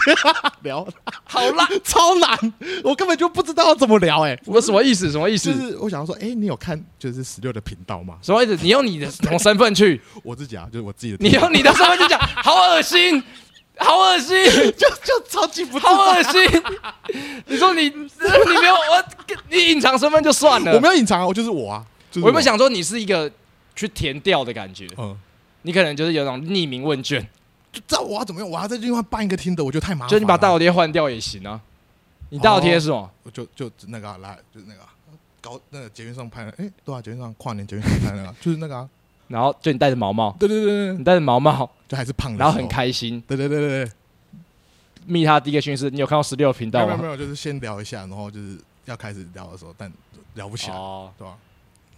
[SPEAKER 2] 聊，
[SPEAKER 1] 好啦，
[SPEAKER 2] 超难，我根本就不知道怎么聊哎、
[SPEAKER 1] 我什么意思？什么意思？
[SPEAKER 2] 就是我想要说，哎、你有看就是十六的频道吗？
[SPEAKER 1] 什么意思？你用你的什么身份去？
[SPEAKER 2] 我自己啊，就是我自己的
[SPEAKER 1] 你
[SPEAKER 2] 频道，
[SPEAKER 1] 用你的身份去讲，好恶心，好恶心，
[SPEAKER 2] 就就超级不自
[SPEAKER 1] 好
[SPEAKER 2] 在。
[SPEAKER 1] 恶心！你说 你你没有我，你隐藏身份就算了。
[SPEAKER 2] 我没有隐藏啊，我就是我啊，就是
[SPEAKER 1] 我有没有，想说你是一个去填掉的感觉？
[SPEAKER 2] 嗯，
[SPEAKER 1] 你可能就是有那种匿名问卷，
[SPEAKER 2] 就知道我要怎么样，我要在另外办一个听的，我觉得太麻烦了。
[SPEAKER 1] 就是你把大头贴换掉也行啊。你大头贴是什么？
[SPEAKER 2] 我就就那个、啊、来，就是那个、啊、搞那个捷运上拍的，哎、对啊，捷运上跨年捷运上拍那个啊、 就是那个、啊，
[SPEAKER 1] 然后就你戴着毛毛，
[SPEAKER 2] 对对对
[SPEAKER 1] 你
[SPEAKER 2] 对，
[SPEAKER 1] 戴着毛毛，
[SPEAKER 2] 就还是胖的，
[SPEAKER 1] 然后很，开心。
[SPEAKER 2] 对对对对对，
[SPEAKER 1] 密他第一个讯息，你有看到十六频
[SPEAKER 2] 没
[SPEAKER 1] 道
[SPEAKER 2] 有没有没
[SPEAKER 1] 吗？
[SPEAKER 2] 有，就是先聊一下，然后就是要开始聊的时候，但聊不起来，
[SPEAKER 1] 哦
[SPEAKER 2] 对吧、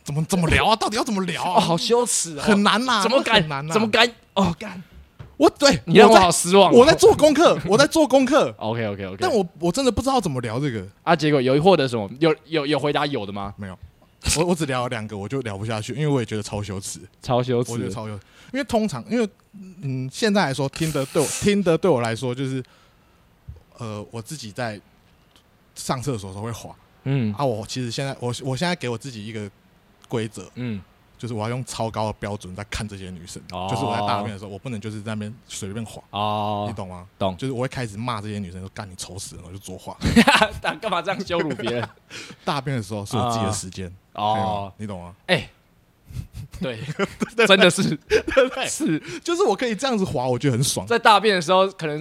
[SPEAKER 2] 怎么怎么聊啊？到底要怎么聊
[SPEAKER 1] 哦，
[SPEAKER 2] 啊？
[SPEAKER 1] 好羞耻哦，
[SPEAKER 2] 很难呐、
[SPEAKER 1] 怎么
[SPEAKER 2] 很
[SPEAKER 1] 敢
[SPEAKER 2] 难、？啊？
[SPEAKER 1] 怎么？敢？哦，干！
[SPEAKER 2] 我对
[SPEAKER 1] 你让我
[SPEAKER 2] 在
[SPEAKER 1] 好失望哦。
[SPEAKER 2] 我在做 功课，我在做功课，
[SPEAKER 1] OK OK OK，
[SPEAKER 2] 但我我真的不知道怎么聊这个，
[SPEAKER 1] 啊，结果有获得什么？有有有回答有的吗？
[SPEAKER 2] 没有。我我只聊了两个，我就聊不下去，因为我也觉得超羞耻。
[SPEAKER 1] 超羞
[SPEAKER 2] 我觉
[SPEAKER 1] 耻
[SPEAKER 2] 得，超有，因为通常因为嗯，现在来说听的对我听的对我来说就是，呃，我自己在上厕所的时候会滑
[SPEAKER 1] 嗯
[SPEAKER 2] 啊。我其实现在我我现在给我自己一个规则，
[SPEAKER 1] 嗯，
[SPEAKER 2] 就是我要用超高的标准在看这些女生，
[SPEAKER 1] 哦
[SPEAKER 2] 就是我在大便的时候，我不能就是在那边随便滑，你
[SPEAKER 1] 哦，
[SPEAKER 2] 懂吗？
[SPEAKER 1] 懂
[SPEAKER 2] 就是我会开始骂这些女生说干你丑死了，我就作画。
[SPEAKER 1] 干干嘛这样羞辱别人？
[SPEAKER 2] 大便的时候是我自
[SPEAKER 1] 啊
[SPEAKER 2] 己的时间，可以吗
[SPEAKER 1] 哦，
[SPEAKER 2] 你懂吗？
[SPEAKER 1] 哎， 对，真的是 是
[SPEAKER 2] 就是我可以这样子滑，我觉得很爽。
[SPEAKER 1] 在大便的时候，可能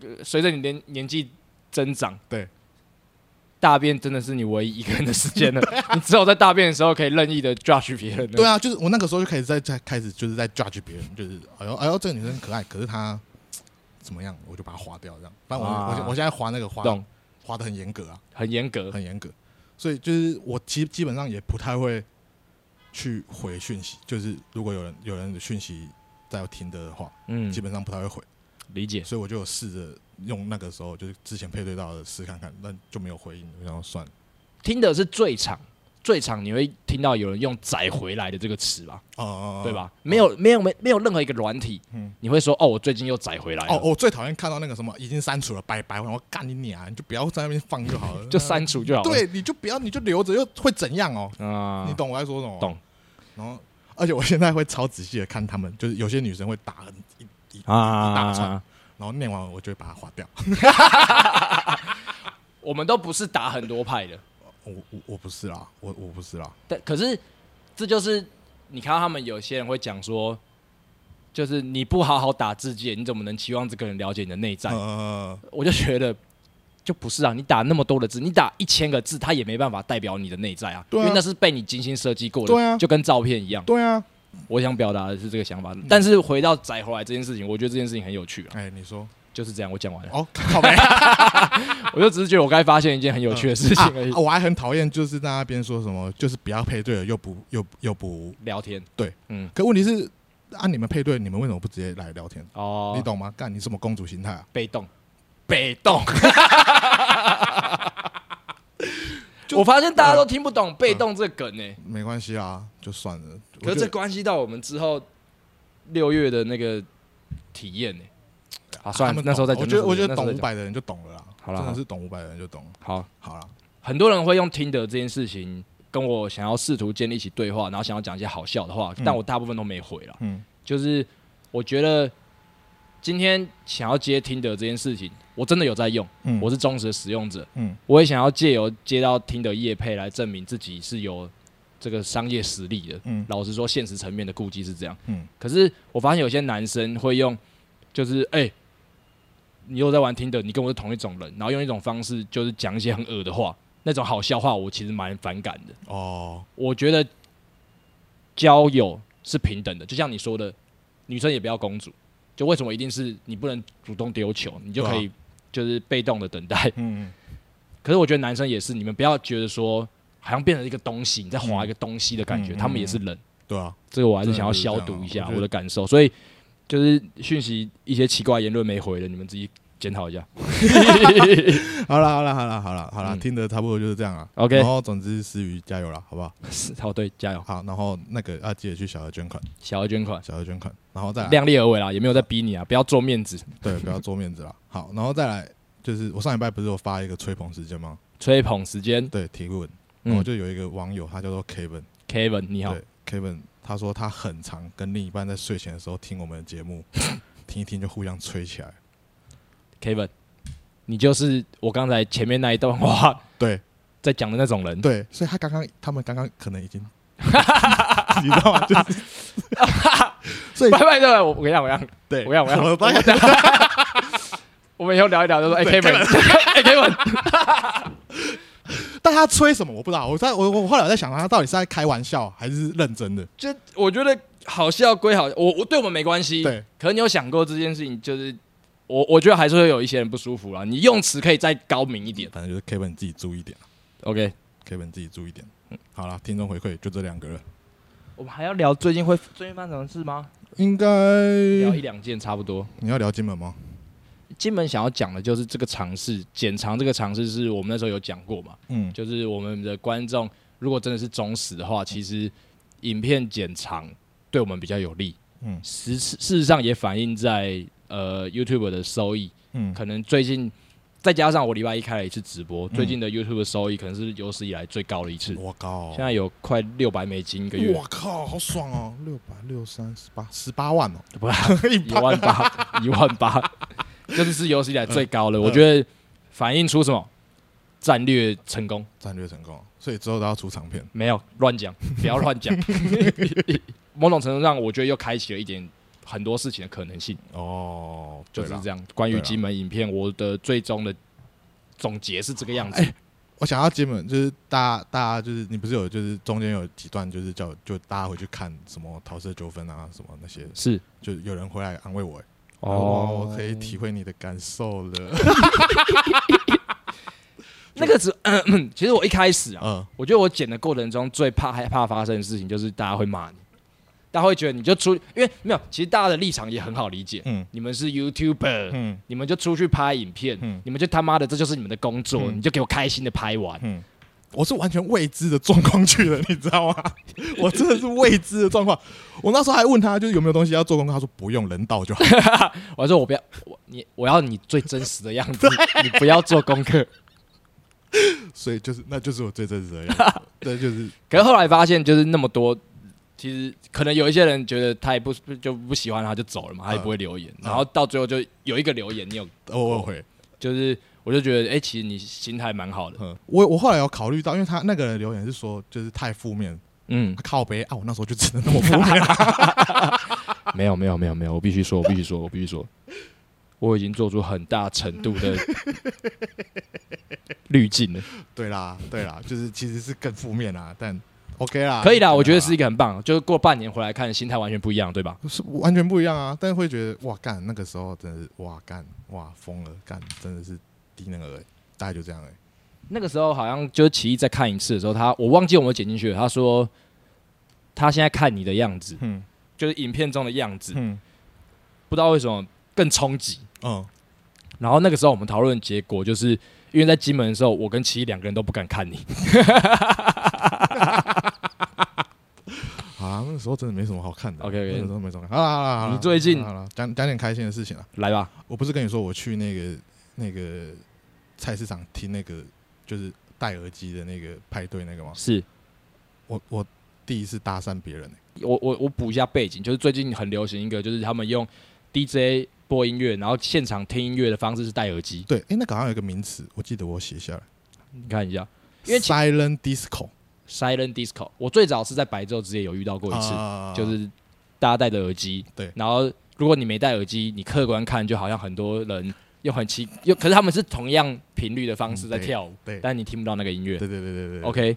[SPEAKER 1] 呃随着你年年纪增长，
[SPEAKER 2] 对，
[SPEAKER 1] 大便真的是你唯一一个人的时 间了。你只有在大便的时候可以任意的 judge 别人了。
[SPEAKER 2] 对啊，就是我那个时候就开始在在开始就是在 judge 别人，就是哎呦哎呦，这个女生可爱，可是她怎么样，我就把她划掉这样。但我、
[SPEAKER 1] 啊
[SPEAKER 2] 我现我现在划那个划
[SPEAKER 1] 懂，
[SPEAKER 2] 划的很严格啊，
[SPEAKER 1] 很严格。
[SPEAKER 2] 很严格，所以就是我基基本上也不太会去回讯息，就是如果有人有人的讯息在听的话，
[SPEAKER 1] 嗯
[SPEAKER 2] 基，本上不太会回，
[SPEAKER 1] 理解。
[SPEAKER 2] 所以我就有试着用那个时候就是之前配对到的试看看，但就没有回应，然后算了。
[SPEAKER 1] 听的是最长，最长你会听到有人用“载回来的”这个词吧？
[SPEAKER 2] 哦哦，哦
[SPEAKER 1] 对？吧？没有，没有，没没有任何一个软体，
[SPEAKER 2] 嗯
[SPEAKER 1] 你会说哦，我最近又载回来了，
[SPEAKER 2] 哦，我最讨厌看到那个什么已经删除了，拜拜！我干你娘，你就不要在那边放就好了，
[SPEAKER 1] 就删除就好了。
[SPEAKER 2] 对，你就不要，你就留着，又会怎样哦？
[SPEAKER 1] 啊，
[SPEAKER 2] 你懂我在说什么？
[SPEAKER 1] 懂。
[SPEAKER 2] 然后，而且我现在会超仔细的看他们，就是有些女生会打很一一一
[SPEAKER 1] 啊
[SPEAKER 2] 大串，然后念完我就会把它划掉。
[SPEAKER 1] 我们都不是打很多派的，
[SPEAKER 2] 我我我不是啦，我我不是啦，
[SPEAKER 1] 但可是这就是你看到他们有些人会讲说，就是你不好好打字界，你怎么能期望这个人了解你的内在？
[SPEAKER 2] 呃，
[SPEAKER 1] 我就觉得就不是啊，你打那么多的字，你打一千个字，他也没办法代表你的内在啊，
[SPEAKER 2] 对啊
[SPEAKER 1] 因为那是被你精心设计过的，
[SPEAKER 2] 对啊
[SPEAKER 1] 就跟照片一样。
[SPEAKER 2] 对啊，
[SPEAKER 1] 我想表达的是这个想
[SPEAKER 2] 嗯
[SPEAKER 1] 法，但是回到载回来这件事情，我觉得这件事情很有趣啊，
[SPEAKER 2] 哎、你说
[SPEAKER 1] 就是这样，我讲完了，
[SPEAKER 2] 哦，靠 没
[SPEAKER 1] 我就只是觉得我该发现一件很有趣的事情而已
[SPEAKER 2] 啊，。我还很讨厌就是在那边说什么，就是不要配对了，又不又又不，
[SPEAKER 1] 聊天，
[SPEAKER 2] 对，
[SPEAKER 1] 嗯，
[SPEAKER 2] 可问题是啊，你们配对，你们为什么不直接来聊天？
[SPEAKER 1] 哦，
[SPEAKER 2] 你懂吗？干，你什么公主心态啊？
[SPEAKER 1] 被动，被 动。 我发现大家都
[SPEAKER 2] 嗯
[SPEAKER 1] 听不懂“被动”这个梗呢、欸
[SPEAKER 2] 没关系啊，就算了。
[SPEAKER 1] 可
[SPEAKER 2] 我
[SPEAKER 1] 是
[SPEAKER 2] 觉
[SPEAKER 1] 这
[SPEAKER 2] 得
[SPEAKER 1] 关系到我们之后六月的那个体验呢、啊，算
[SPEAKER 2] 他
[SPEAKER 1] 了
[SPEAKER 2] 们，
[SPEAKER 1] 那时候再
[SPEAKER 2] 懂
[SPEAKER 1] 讲。
[SPEAKER 2] 我觉得
[SPEAKER 1] 那
[SPEAKER 2] 我
[SPEAKER 1] 时
[SPEAKER 2] 觉
[SPEAKER 1] 候
[SPEAKER 2] 得
[SPEAKER 1] 再讲
[SPEAKER 2] 懂五百的人就懂了啦。
[SPEAKER 1] 好啦
[SPEAKER 2] 真
[SPEAKER 1] 好
[SPEAKER 2] 的是懂五百的人就懂了。
[SPEAKER 1] 好，
[SPEAKER 2] 好了，
[SPEAKER 1] 很多人会用听的这件事情跟我想要试图建立起对话，然后想要讲一些好笑的话，
[SPEAKER 2] 嗯
[SPEAKER 1] 但我大部分都没回了。
[SPEAKER 2] 嗯
[SPEAKER 1] 就是我觉得今天想要接听的这件事情，我真的有在用，
[SPEAKER 2] 嗯，
[SPEAKER 1] 我是忠实的使用者，
[SPEAKER 2] 嗯
[SPEAKER 1] 我也想要借由接到听的业配来证明自己是有这个商业实力的。
[SPEAKER 2] 嗯
[SPEAKER 1] 老实说，现实层面的顾忌是这样。
[SPEAKER 2] 嗯
[SPEAKER 1] 可是我发现有些男生会用，就是哎、你又在玩听的，你跟我是同一种人，然后用一种方式就是讲一些很恶的话，那种好笑话，我其实蛮反感的。
[SPEAKER 2] 哦，
[SPEAKER 1] 我觉得交友是平等的，就像你说的，女生也不要公主。就为什么一定是你不能主动丢球，你就
[SPEAKER 2] 啊
[SPEAKER 1] 可以就是被动的等待？
[SPEAKER 2] 嗯
[SPEAKER 1] 可是我觉得男生也是，你们不要觉得说好像变成一个东西，你在划一个东西的感觉，
[SPEAKER 2] 嗯
[SPEAKER 1] 他们也是人。
[SPEAKER 2] 对啊，
[SPEAKER 1] 这个我还是想要消毒一下我的感受，所以就是讯息一些奇怪言论没回的，你们自己检讨一下。
[SPEAKER 2] 好了好了好了好了好了，
[SPEAKER 1] 嗯
[SPEAKER 2] 听得差不多就是这样了。
[SPEAKER 1] OK
[SPEAKER 2] 然后总之思雨加油了，好不好？
[SPEAKER 1] 是好，哦对，加油，
[SPEAKER 2] 好，然后那个啊，记得去小额捐款，
[SPEAKER 1] 小额捐款，
[SPEAKER 2] 小额捐款，然后再来
[SPEAKER 1] 量力而为啦，也没有在逼你啊，不要做面子，
[SPEAKER 2] 对，不要做面 子了。好，然后再来就是我上礼拜不是有发一个吹捧时间吗？
[SPEAKER 1] 吹捧时间。
[SPEAKER 2] 对，提问，然后
[SPEAKER 1] 嗯
[SPEAKER 2] 就有一个网友，他叫做 Kevin，
[SPEAKER 1] ，Kevin 你好，
[SPEAKER 2] 对 Kevin，他说他很常跟另一半在睡前的时候听我们的节 目，听一听就互相吹起来。
[SPEAKER 1] Kevin，你就是我刚才前面那一段话
[SPEAKER 2] 对
[SPEAKER 1] 在讲的那种人。
[SPEAKER 2] 对，所以他刚刚他们刚刚可能 已经，你知道吗？就是，所以
[SPEAKER 1] 拜拜，对，我我跟你讲，我跟你讲，
[SPEAKER 2] 对，
[SPEAKER 1] 我要我要
[SPEAKER 2] 我大概
[SPEAKER 1] 我们以后聊一聊，就说哎
[SPEAKER 2] 对
[SPEAKER 1] Kevin，哎 Kevin，
[SPEAKER 2] 但他吹什么我不知道，我在我我我后来我在想啊他到底是在开玩笑还是认真的？
[SPEAKER 1] 就我觉得好笑归好，我我对我们没关系。
[SPEAKER 2] 对，
[SPEAKER 1] 可你有想过这件事情？就是我我觉得还是会有一些人不舒服啦。你用词可以再高明一点。
[SPEAKER 2] 反正就是 Kevin 自己注意点啊
[SPEAKER 1] OK，
[SPEAKER 2] ，Kevin 自己注意点。好了，听众回馈就这两个了，
[SPEAKER 1] 我们还要聊最近会最近发生什么事吗？
[SPEAKER 2] 应该
[SPEAKER 1] 嗯聊一两件差不多。
[SPEAKER 2] 你要聊金门吗？
[SPEAKER 1] 金门想要讲的就是这个尝试，减长这个尝试是我们那时候有讲过嘛，
[SPEAKER 2] 嗯，
[SPEAKER 1] 就是我们的观众如果真的是忠实的话，其实影片剪长对我们比较有利。
[SPEAKER 2] 嗯
[SPEAKER 1] 实事实上也反映在呃 YouTube 的收益，
[SPEAKER 2] 嗯
[SPEAKER 1] 可能最近再加上我礼拜一开了一次直播，
[SPEAKER 2] 嗯
[SPEAKER 1] 最近的 YouTube 收益可能是有史以来最高的一次，
[SPEAKER 2] 我靠，
[SPEAKER 1] 现在有快六百美金一个月，
[SPEAKER 2] 我靠，好爽哦，六百六三十八十八万哦，
[SPEAKER 1] 不
[SPEAKER 2] 一
[SPEAKER 1] 一
[SPEAKER 2] 趴
[SPEAKER 1] 万 八，一万八，这次是有史以来最高的，
[SPEAKER 2] 嗯
[SPEAKER 1] 我觉得反映出什么战略成功？
[SPEAKER 2] 战略成功，所以之后都要出长片。
[SPEAKER 1] 没有乱讲，不要乱 讲。 某种程度上，我觉得又开启了一点很多事情的可能性，
[SPEAKER 2] 哦，
[SPEAKER 1] 就是
[SPEAKER 2] 对啦
[SPEAKER 1] 这。样。关于
[SPEAKER 2] 对啦
[SPEAKER 1] 金门影片，我的最终的总结是这个样子。
[SPEAKER 2] 哎我想要金门，就是大家大家就是你不是有就是中间有几段就是叫就大家回去看什么桃色纠纷啊什么那些，
[SPEAKER 1] 是
[SPEAKER 2] 就有人回来安慰我、欸，
[SPEAKER 1] 哦，
[SPEAKER 2] 我可以体会你的感受了。
[SPEAKER 1] 那个只、 其实我一开始啊，
[SPEAKER 2] 嗯，
[SPEAKER 1] 我觉得我剪的过程中最怕害怕发生的事情就是大家会骂你，大家会觉得你就出，因为没有，其实大家的立场也很好理解。
[SPEAKER 2] 嗯
[SPEAKER 1] 你们是 YouTuber，、
[SPEAKER 2] 嗯
[SPEAKER 1] 你们就出去拍影片，
[SPEAKER 2] 嗯
[SPEAKER 1] 你们就他妈的这就是你们的工作，
[SPEAKER 2] 嗯
[SPEAKER 1] 你就给我开心的拍完。
[SPEAKER 2] 嗯，我是完全未知的状况去的，你知道吗？ 我真的是未知的状况。我那时候还问他，就是有没有东西要做功课，他说不用，人到就好。
[SPEAKER 1] 我还说我不要我你我要你最真实的样 子，你不要做功课。
[SPEAKER 2] 所以就是那就是我最真实的样子，对，就是
[SPEAKER 1] 可是后来发现，就是那么多其实可能有一些人觉得他也不就不喜欢他就走了
[SPEAKER 2] 嗯
[SPEAKER 1] 嘛，他也不会留言。然后到最后就有一个留言，你有
[SPEAKER 2] 偶尔会。
[SPEAKER 1] 就是我就觉得，哎、其实你心态蛮好的。
[SPEAKER 2] 嗯，我我后来有考虑到，因为他那个人留言是说就是太负面，
[SPEAKER 1] 嗯
[SPEAKER 2] 啊，靠北啊，我那时候就只能那么负面啊 了。
[SPEAKER 1] 没有没有没有没有，我必须说，我必须说，我必须说，我已经做出很大程度 的滤镜了。
[SPEAKER 2] 对啦，对啦，就是其实是更负面啦，但 OK 啦，
[SPEAKER 1] 可以啦，
[SPEAKER 2] 啊对
[SPEAKER 1] 我觉得是一个很棒，就是过半年回来看，心态完全不一样，对吧？
[SPEAKER 2] 是完全不一样啊，但会觉得哇干，那个时候真的是哇干哇疯了干，真的是低能儿、欸，大概就这样哎、
[SPEAKER 1] 那个时候好像就是奇艺再看一次的时候，他我忘记我们剪进去了，他说他现在看你的样子，
[SPEAKER 2] 嗯
[SPEAKER 1] 就是影片中的样子，
[SPEAKER 2] 嗯
[SPEAKER 1] 不知道为什么更冲击。
[SPEAKER 2] 嗯，
[SPEAKER 1] 然后那个时候我们讨论结果，就是因为在金门的时候，我跟奇艺两个人都不敢看你，
[SPEAKER 2] 好啊，那个时候真的没什么好看的。
[SPEAKER 1] OK，OK
[SPEAKER 2] 那个时候没什么好看。好啦好啦好啦，
[SPEAKER 1] 你最近
[SPEAKER 2] 好啦，讲讲点开心的事情啊。
[SPEAKER 1] 来吧，
[SPEAKER 2] 我不是跟你说我去那个那个菜市场听那个就是戴耳机的那个派对那个吗？
[SPEAKER 1] 是。
[SPEAKER 2] 我我第一次搭讪别人、欸，
[SPEAKER 1] 我我我补一下背景，就是最近很流行一个，就是他们用 DJ 播音乐，然后现场听音乐的方式是戴耳机。
[SPEAKER 2] 对，哎、那个好像有一个名词，我记得我写下来，
[SPEAKER 1] 你看一下因为其
[SPEAKER 2] silent disco
[SPEAKER 1] ，silent disco，我最早是在白昼之夜有遇到过一次，
[SPEAKER 2] 啊
[SPEAKER 1] 就是大家戴着耳机，
[SPEAKER 2] 对
[SPEAKER 1] 然后如果你没戴耳机，你客观看就好像很多人用很奇，又可是他们是同样频率的方式在
[SPEAKER 2] 嗯对
[SPEAKER 1] 跳舞，
[SPEAKER 2] 对
[SPEAKER 1] 但你听不到那个音乐
[SPEAKER 2] 对。对对对对对
[SPEAKER 1] OK，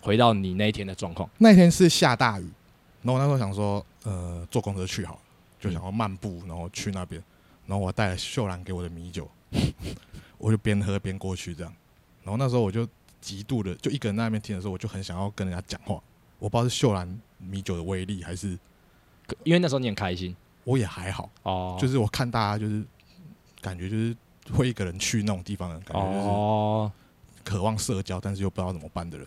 [SPEAKER 1] 回到你那一天的状况，
[SPEAKER 2] 那天是下大雨，然后我那时候想说，呃，坐公车去好了，就想要漫步，然后去那边，然后我带了秀兰给我的米酒， 我就边喝边过去这样。然后那时候我就极度的，就一个人在那边听的时候，我就很想要跟人家讲话。我不知道是秀兰米酒的威力，还是
[SPEAKER 1] 可因为那时候你很开心
[SPEAKER 2] 我也还好，
[SPEAKER 1] 哦，
[SPEAKER 2] 就是是我看大家就是感觉就是会一个人去那种地方的人，感觉就是
[SPEAKER 1] 哦，
[SPEAKER 2] 渴望社交，但是又不知道怎么办的人。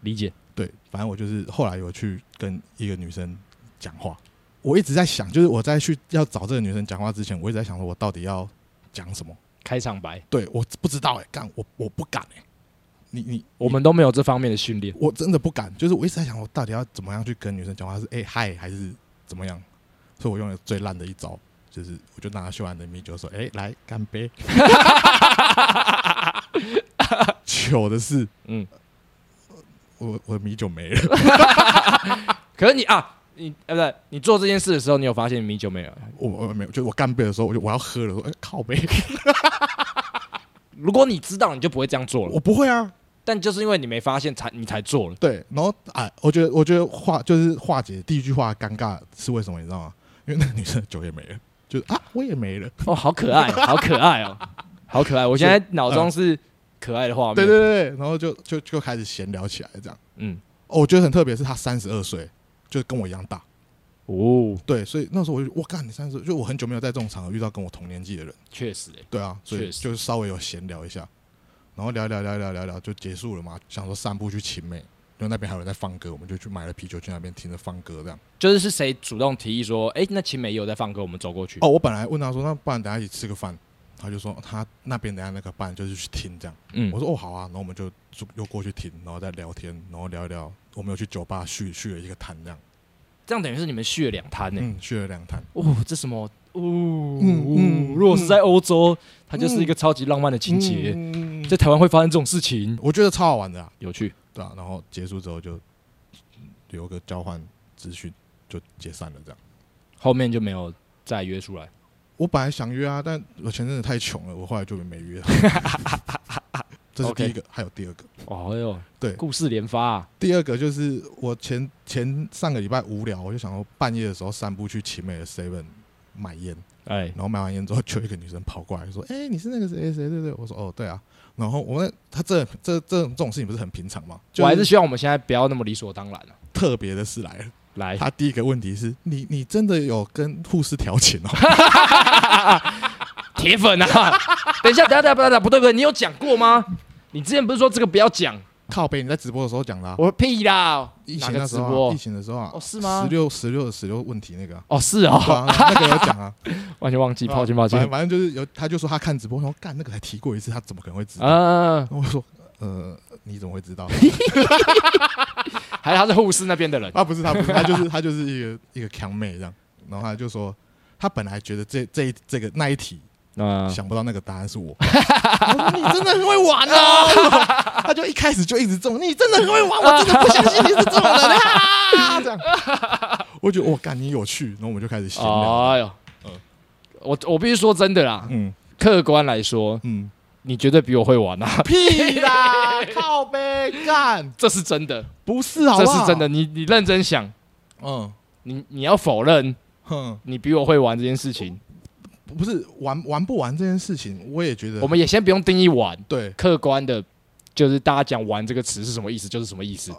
[SPEAKER 1] 理解，
[SPEAKER 2] 对，反正我就是后来有去跟一个女生讲话，我一直在想，就是我在去要找这个女生讲话之前，我一直在想说我到底要讲什么。
[SPEAKER 1] 开场白，
[SPEAKER 2] 对，我不知道哎、干我我不敢哎、你你
[SPEAKER 1] 我们都没有这方面的训练。
[SPEAKER 2] 我真的不敢，就是我一直在想我到底要怎么样去跟女生讲话，是哎、嗨还是怎么样？所以我用了最烂的一招，就是我就拿秀兰的米酒说，哎、来干杯。糗的是，
[SPEAKER 1] 嗯
[SPEAKER 2] 嗯，我我的米酒没了。
[SPEAKER 1] 可是你啊，你呃，不对，你做这件事的时候，你有发现米酒没有？
[SPEAKER 2] 我我没有，就是我干杯的时候，我就我要喝了，我说、哎靠杯，
[SPEAKER 1] 如果你知道，你就不会这样做了。
[SPEAKER 2] 我不会啊。
[SPEAKER 1] 但就是因为你没发现才，你才做 了。
[SPEAKER 2] 对，然后哎，我觉得我觉得化就是化解第一句话尴尬是为什么，你知道吗？因为那个女生的酒也没了，就是啊我也没了。
[SPEAKER 1] 哦，好可爱， 好可爱哦，好可爱！我现在脑中是可爱的画面。
[SPEAKER 2] 对对，对，然后就就就开始闲聊起来这样。
[SPEAKER 1] 嗯，
[SPEAKER 2] 哦，我觉得很特别，是她三十二岁，就是跟我一样大。
[SPEAKER 1] 哦，
[SPEAKER 2] 对，所以那时候我就我干你三十，就我很久没有在这种场合遇到跟我同年纪的人。
[SPEAKER 1] 确实、欸，
[SPEAKER 2] 对啊，所以
[SPEAKER 1] 确实
[SPEAKER 2] 就是稍微有闲聊一下，然后聊一聊聊一聊聊一聊就结束了嘛。想说散步去秦美，因为那边还有人在放歌，我们就去买了啤酒去那边听着放歌这样。
[SPEAKER 1] 就是是谁主动提议说，哎、那秦美也有在放歌，我们走过去。
[SPEAKER 2] 哦，我本来问他说，那不然等下一起吃个饭，他就说他那边等下那个饭就是去听这样。
[SPEAKER 1] 嗯
[SPEAKER 2] 我，说哦好啊，然后我们就就又过去听，然后再聊天，然后聊一聊。我们有去酒吧续续了一个摊这样，
[SPEAKER 1] 这样等于是你们续了两摊呢。欸
[SPEAKER 2] 嗯，续了两摊。
[SPEAKER 1] 哦，这什么？哦，
[SPEAKER 2] 嗯
[SPEAKER 1] 如果是在欧洲，它就是一个超级浪漫的情节。
[SPEAKER 2] 嗯
[SPEAKER 1] 在台湾会发生这种事情，
[SPEAKER 2] 我觉得超好玩的啊，
[SPEAKER 1] 有趣。
[SPEAKER 2] 对啊。然后结束之后就留个交换资讯，就解散了这样。
[SPEAKER 1] 后面就没有再约出来。
[SPEAKER 2] 我本来想约啊，但我前阵子太穷了，我后来就没约。这是第一个还有第二个，
[SPEAKER 1] 哦哎呦，
[SPEAKER 2] 对
[SPEAKER 1] 故事连发、啊。
[SPEAKER 2] 第二个就是我前前上个礼拜无聊，我就想说半夜的时候散步去奇美的 Seven 买烟，
[SPEAKER 1] 哎，
[SPEAKER 2] 然后买完烟之后，就有一个女生跑过来说：“哎、你是那个谁谁谁对对？”我说：“哦，对啊。”然后我那他这这这这种事情不是很平常吗？就
[SPEAKER 1] 我还是希望我们现在不要那么理所当然了、
[SPEAKER 2] 特别的事来了。
[SPEAKER 1] 来，
[SPEAKER 2] 他第一个问题是你你真的有跟护士调情哦？
[SPEAKER 1] 铁粉啊！ 等一下，等一下，等一下，等一下，不对不对，你有讲过吗？你之前不是说这个不要讲？
[SPEAKER 2] 靠背，你在直播的时候讲的、啊。
[SPEAKER 1] 我说屁啦！
[SPEAKER 2] 疫
[SPEAKER 1] 哪
[SPEAKER 2] 情
[SPEAKER 1] 个
[SPEAKER 2] 那
[SPEAKER 1] 直
[SPEAKER 2] 时候、啊，
[SPEAKER 1] 播
[SPEAKER 2] 疫？情的时候啊，
[SPEAKER 1] 哦是吗
[SPEAKER 2] 十六十六十六问题那个啊、
[SPEAKER 1] 哦，是哦，
[SPEAKER 2] 对啊，那个有讲 啊。
[SPEAKER 1] 完全忘记，抱歉抱
[SPEAKER 2] 反
[SPEAKER 1] 歉
[SPEAKER 2] 正。反正就是有，他就说他看直播，然后干那个才提过一次，他怎么可能会知道？
[SPEAKER 1] 啊，
[SPEAKER 2] 然后我说呃，你怎么会 知道？
[SPEAKER 1] 还是他是护士那边的人？
[SPEAKER 2] 啊，不是他，不是他，就是他就是一个一个强妹这样。然后他就说，他本来觉得这这一这个那一题，
[SPEAKER 1] 啊，
[SPEAKER 2] 想不到那个答案 是我。我说你真的很会玩哦！他就一开始就一直中，你真的很 会玩，我真的不相信你是这种人啊！这样，我觉得我干你有趣，然后我们就开始闲聊。
[SPEAKER 1] 哎呦
[SPEAKER 2] 嗯，
[SPEAKER 1] 我我必须说真的啦，
[SPEAKER 2] 嗯
[SPEAKER 1] 客观来说，
[SPEAKER 2] 嗯，
[SPEAKER 1] 你绝对比我会玩啊，
[SPEAKER 2] 屁 啦，靠呗，干
[SPEAKER 1] 这是真的，
[SPEAKER 2] 不是好
[SPEAKER 1] 这
[SPEAKER 2] 不好？
[SPEAKER 1] 是真的。。你你认真想，
[SPEAKER 2] 嗯
[SPEAKER 1] 你你要否认
[SPEAKER 2] 哼，
[SPEAKER 1] 你比我会玩这件事情，
[SPEAKER 2] 不是玩玩不玩这件事情，我也觉得
[SPEAKER 1] 我们也先不用定义玩，
[SPEAKER 2] 对，
[SPEAKER 1] 客观的，就是大家讲“玩”这个词是什么意思，就是什么意思。
[SPEAKER 2] 哦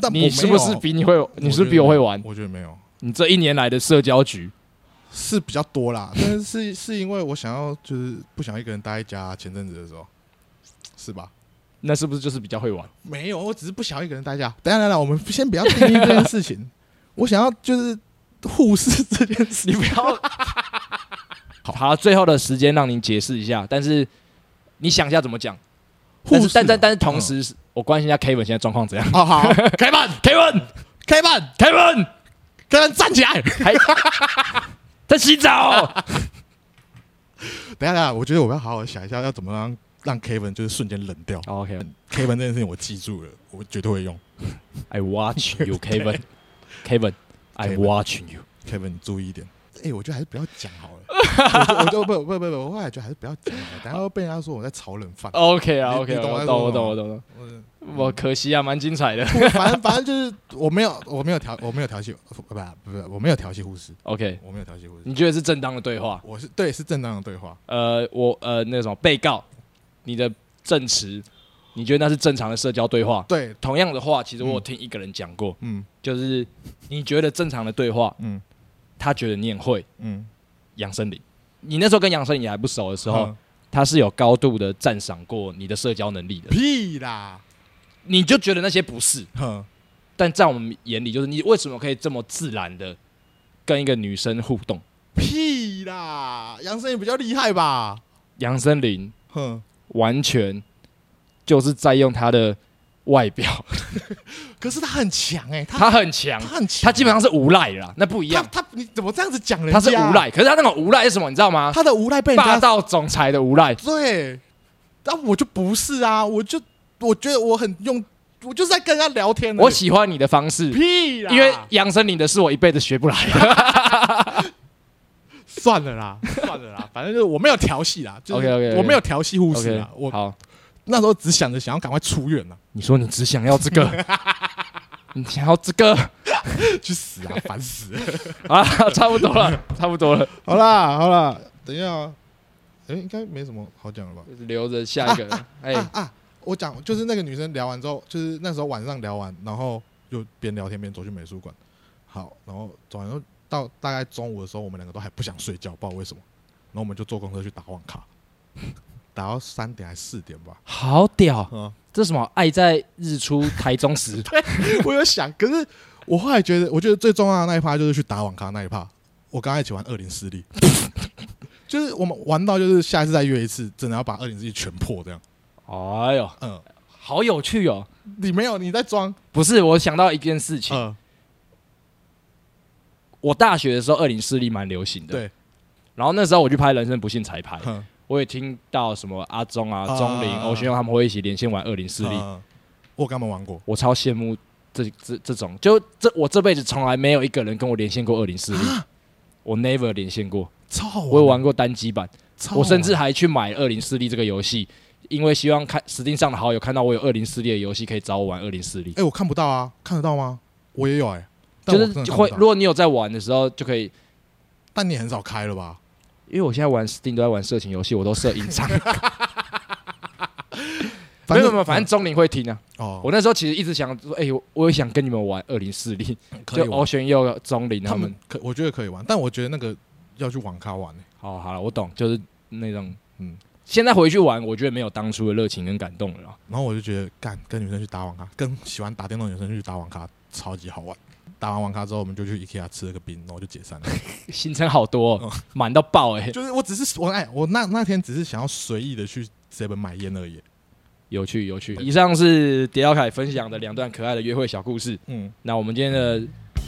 [SPEAKER 2] 但我
[SPEAKER 1] 你
[SPEAKER 2] 没
[SPEAKER 1] 是不是
[SPEAKER 2] 有
[SPEAKER 1] 比你会？你是不是比我会玩？
[SPEAKER 2] 我觉得没有，
[SPEAKER 1] 你这一年来的社交局，
[SPEAKER 2] 是比较多 啦，但是是是因为我想要就是不想一个人待在家，前阵子的时候，是吧？
[SPEAKER 1] 那是不是就是比较会玩？
[SPEAKER 2] 没有，我只是不想要一个人待在家。等一下，等一下，我们先不要定义这件 事情，我想要就是护士这件事
[SPEAKER 1] 你不要。 好，好，最后的时间让您解释一下，但是你想一下怎么讲。但
[SPEAKER 2] 护
[SPEAKER 1] 是
[SPEAKER 2] 士，啊
[SPEAKER 1] 但但但是同时，我关心一下 Kevin 现在状况 怎样。
[SPEAKER 2] 哦，嗯 好好
[SPEAKER 1] Kevin，Kevin，Kevin，
[SPEAKER 2] ，Kevin，Kevin 站起来！
[SPEAKER 1] 还在洗 澡。
[SPEAKER 2] 等一下，等一下，我觉得我要好好想一下，要怎么让让 Kevin 就是瞬间冷掉。
[SPEAKER 1] o k i
[SPEAKER 2] Kevin 这件事情我记住了，我绝对会用。
[SPEAKER 1] watch you, Kevin. Kevin, I
[SPEAKER 2] Kevin
[SPEAKER 1] watching you.
[SPEAKER 2] Kevin，你注意一点。哎、我觉得还是不要讲好了。我就我就不不不不，我后来觉得还是不要讲了，等一下会被人家说我在炒冷饭。
[SPEAKER 1] OK 啊
[SPEAKER 2] 你
[SPEAKER 1] ，OK，
[SPEAKER 2] 你懂
[SPEAKER 1] 我
[SPEAKER 2] 我在
[SPEAKER 1] 懂，
[SPEAKER 2] 说
[SPEAKER 1] 我
[SPEAKER 2] 什
[SPEAKER 1] 懂，
[SPEAKER 2] 么
[SPEAKER 1] 我懂。
[SPEAKER 2] 我
[SPEAKER 1] 我可惜啊，蛮精彩 的。
[SPEAKER 2] 反正反正就是我没有我没有调我没有调戏不不不是我没有调戏护士，
[SPEAKER 1] OK，
[SPEAKER 2] 我没有调戏护士，
[SPEAKER 1] 你觉得是正当的对话？
[SPEAKER 2] 我是对是正当的对话，
[SPEAKER 1] 呃，我呃那种被告，你的证词，你觉得那是正常的社交对话？
[SPEAKER 2] 对，
[SPEAKER 1] 同样的话，其实我有听一个人讲过，
[SPEAKER 2] 嗯
[SPEAKER 1] 就是你觉得正常的对话，
[SPEAKER 2] 嗯
[SPEAKER 1] 他觉得你很会
[SPEAKER 2] 嗯，
[SPEAKER 1] 杨森林。你那时候跟杨森林还不熟的时候，
[SPEAKER 2] 嗯
[SPEAKER 1] 他是有高度的赞赏过你的社交能力的，
[SPEAKER 2] 屁啦，
[SPEAKER 1] 你就觉得那些不是，
[SPEAKER 2] 哼，
[SPEAKER 1] 但在我们眼里，就是你为什么可以这么自然的跟一个女生互动？
[SPEAKER 2] 屁啦，杨森也比较厉害吧，
[SPEAKER 1] 杨森林
[SPEAKER 2] 哼，
[SPEAKER 1] 完全就是在用他的外表，
[SPEAKER 2] 可是他很强哎、他
[SPEAKER 1] 他很强
[SPEAKER 2] 他，很强，
[SPEAKER 1] 他基本上是无赖啦，那不一
[SPEAKER 2] 他
[SPEAKER 1] 样，
[SPEAKER 2] 他你怎么这样子讲人家？
[SPEAKER 1] 他是无，赖，可是他那种无赖是什么？你知道吗？
[SPEAKER 2] 他的无赖被人
[SPEAKER 1] 霸
[SPEAKER 2] 家
[SPEAKER 1] 道总裁的无赖，
[SPEAKER 2] 对，但我就不是啊，我就我觉得我很用，我就是在跟人家聊天而已，
[SPEAKER 1] 我喜欢你的方式，
[SPEAKER 2] 屁啊啦，
[SPEAKER 1] 因为杨森林的是我一辈子学不来的。
[SPEAKER 2] 算了啦，算了啦，反 正就是我没有调戏啦，就是
[SPEAKER 1] OK，OK，OK
[SPEAKER 2] 我没有调戏护士
[SPEAKER 1] OK，
[SPEAKER 2] 啦，啊我
[SPEAKER 1] 好，
[SPEAKER 2] 那时候只想着想要赶快出 院啦，啊
[SPEAKER 1] 你说你只想要这 个，你想要这个
[SPEAKER 2] 去死啊，烦死 了！
[SPEAKER 1] 啊，差不多了，差不多了，
[SPEAKER 2] 好啦，好啦，等一下啊，哎、应该没什么好讲了吧？
[SPEAKER 1] 留着下一个 人。哎、
[SPEAKER 2] 啊啊，我讲就是那个女生聊完之后，就是那时候晚上聊完，然后就边聊天边走去美术馆，好，然后走完之后到大概中午的时候，我们两个都还不想睡觉，不知道为什么，然后我们就坐公车去打网卡，打到三点还四点吧，
[SPEAKER 1] 好屌，
[SPEAKER 2] 嗯。
[SPEAKER 1] 这是什么？爱在日出台中时。
[SPEAKER 2] 我有想，可是我后来觉得，我觉得最重要的那一趴就是去打网咖那一趴。我刚才一起玩二零四力， 就是我们玩到就是下一次再约一次，真的要把二零四力全破这样。
[SPEAKER 1] 哎呦，
[SPEAKER 2] 嗯，
[SPEAKER 1] 好有趣哦！
[SPEAKER 2] 你没有，你在装。
[SPEAKER 1] 不是，我想到一件事情，
[SPEAKER 2] 嗯，
[SPEAKER 1] 我大学的时候二零四力蛮流行的，
[SPEAKER 2] 对，
[SPEAKER 1] 然后那时候我去拍《人生不幸彩排》，
[SPEAKER 2] 哼
[SPEAKER 1] 我也听到什么阿忠啊、
[SPEAKER 2] 啊
[SPEAKER 1] 钟林、
[SPEAKER 2] 啊
[SPEAKER 1] 欧轩他们会一起连线玩二零四力，
[SPEAKER 2] 嗯我跟他们玩过
[SPEAKER 1] 我超羡慕这这这种，就这我这辈子从来没有一个人跟我连线过二零四力，
[SPEAKER 2] 啊
[SPEAKER 1] 我 never 连线过，
[SPEAKER 2] 超好玩，
[SPEAKER 1] 我有玩过单机版，
[SPEAKER 2] 超好
[SPEAKER 1] 我
[SPEAKER 2] 玩，
[SPEAKER 1] 甚至还去买二零四力这个游戏，因为希望看 Steam 上的好友看到我有二零四力的游戏，可以找我玩二零四力
[SPEAKER 2] 哎、。我看不到啊，看得到吗？我也有哎、但
[SPEAKER 1] 就
[SPEAKER 2] 我真的
[SPEAKER 1] 是
[SPEAKER 2] 看不
[SPEAKER 1] 会，
[SPEAKER 2] 到
[SPEAKER 1] 如果你有在玩的时候，就可以，
[SPEAKER 2] 但你很少开了吧？
[SPEAKER 1] 因为我现在玩 Steam 都在玩色情游戏，我都设隐藏。没
[SPEAKER 2] 反
[SPEAKER 1] 有
[SPEAKER 2] 正
[SPEAKER 1] 没有，反正钟林会听啊。
[SPEAKER 2] 哦，
[SPEAKER 1] 我那时候其实一直想说，哎、我我也想跟你们玩二零四力，
[SPEAKER 2] 可
[SPEAKER 1] 就
[SPEAKER 2] 以玩
[SPEAKER 1] 欧旋又钟林他
[SPEAKER 2] 他
[SPEAKER 1] 们
[SPEAKER 2] 们。可我觉得可以玩，但我觉得那个要去网咖玩、欸，
[SPEAKER 1] 好好了，我懂，就是那种，嗯
[SPEAKER 2] 嗯，
[SPEAKER 1] 现在回去玩，我觉得没有当初的热情跟感动了啊 啦。
[SPEAKER 2] 然后我就觉得，干跟女生去打网咖，跟喜欢打电动的女生去打网咖超级好玩。打完网咖之后，我们就去 IKEA 吃了个冰，然后就解 散了。
[SPEAKER 1] 行程好多、哦，满、到爆哎、
[SPEAKER 2] 就是我只是我哎，我那那天只是想要随意的去 Seven 买烟而已，
[SPEAKER 1] 有趣有趣。以上是迪奥凯分享的两段可爱的约会小故事。
[SPEAKER 2] 嗯，
[SPEAKER 1] 那我们今天的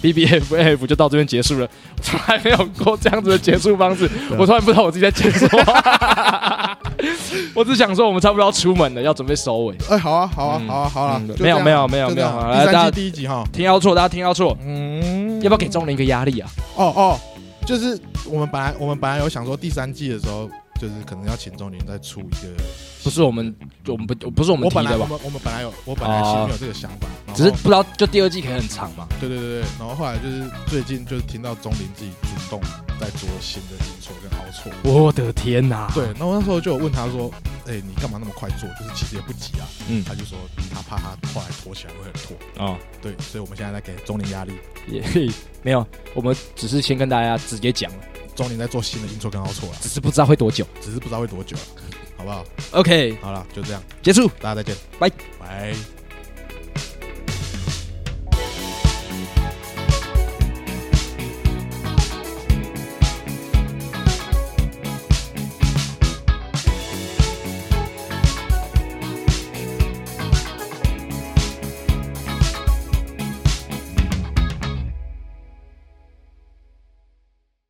[SPEAKER 1] B B F F 就到这边结束了，我从来没有过这样子的结束方式，我突然不知道我自己在讲什么。我只想说，我们差不多要出门了，要准备收尾。
[SPEAKER 2] 哎，好啊，好啊，
[SPEAKER 1] 嗯
[SPEAKER 2] 好啊，好啊
[SPEAKER 1] 嗯，
[SPEAKER 2] 就这
[SPEAKER 1] 没有
[SPEAKER 2] 样
[SPEAKER 1] 没有没有
[SPEAKER 2] 就这样啊
[SPEAKER 1] 没有好来
[SPEAKER 2] 第
[SPEAKER 1] 大家
[SPEAKER 2] 三季第一集哈，
[SPEAKER 1] 听到错，大家听到错，
[SPEAKER 2] 嗯
[SPEAKER 1] 要不要给钟林一个压力啊？
[SPEAKER 2] 哦哦，就是我们本来我们本来有想说第三季的时候，就是可能要请钟林再出一个。
[SPEAKER 1] 不是我们，我们不不是我们
[SPEAKER 2] 我
[SPEAKER 1] 提
[SPEAKER 2] 本来
[SPEAKER 1] 的
[SPEAKER 2] 我
[SPEAKER 1] 吧？哦
[SPEAKER 2] 们我们本来有我本来心里有这个想法，然后
[SPEAKER 1] 只是不知道，就第二季可能很长嘛。
[SPEAKER 2] 对对对对，然后后来就是最近就是听到钟林自己主动在做新的举措跟凹错。
[SPEAKER 1] 我的天哪、
[SPEAKER 2] 对，然后那时候就有问他说：“哎、你干嘛那么快做？就是其实也不急啊。”
[SPEAKER 1] 嗯
[SPEAKER 2] 他就说他怕他后来拖起来会很拖。
[SPEAKER 1] 哦，
[SPEAKER 2] 对，所以我们现在在给钟林压力，
[SPEAKER 1] 也 没有，我们只是先跟大家直接讲了，
[SPEAKER 2] 钟林在做新的音错跟凹错啊，
[SPEAKER 1] 只是不知道会多久。
[SPEAKER 2] 只是不知道会多久，好不好？
[SPEAKER 1] OK，
[SPEAKER 2] 好了，就这样，
[SPEAKER 1] 结束。
[SPEAKER 2] 大家再见，
[SPEAKER 1] 拜
[SPEAKER 2] 拜。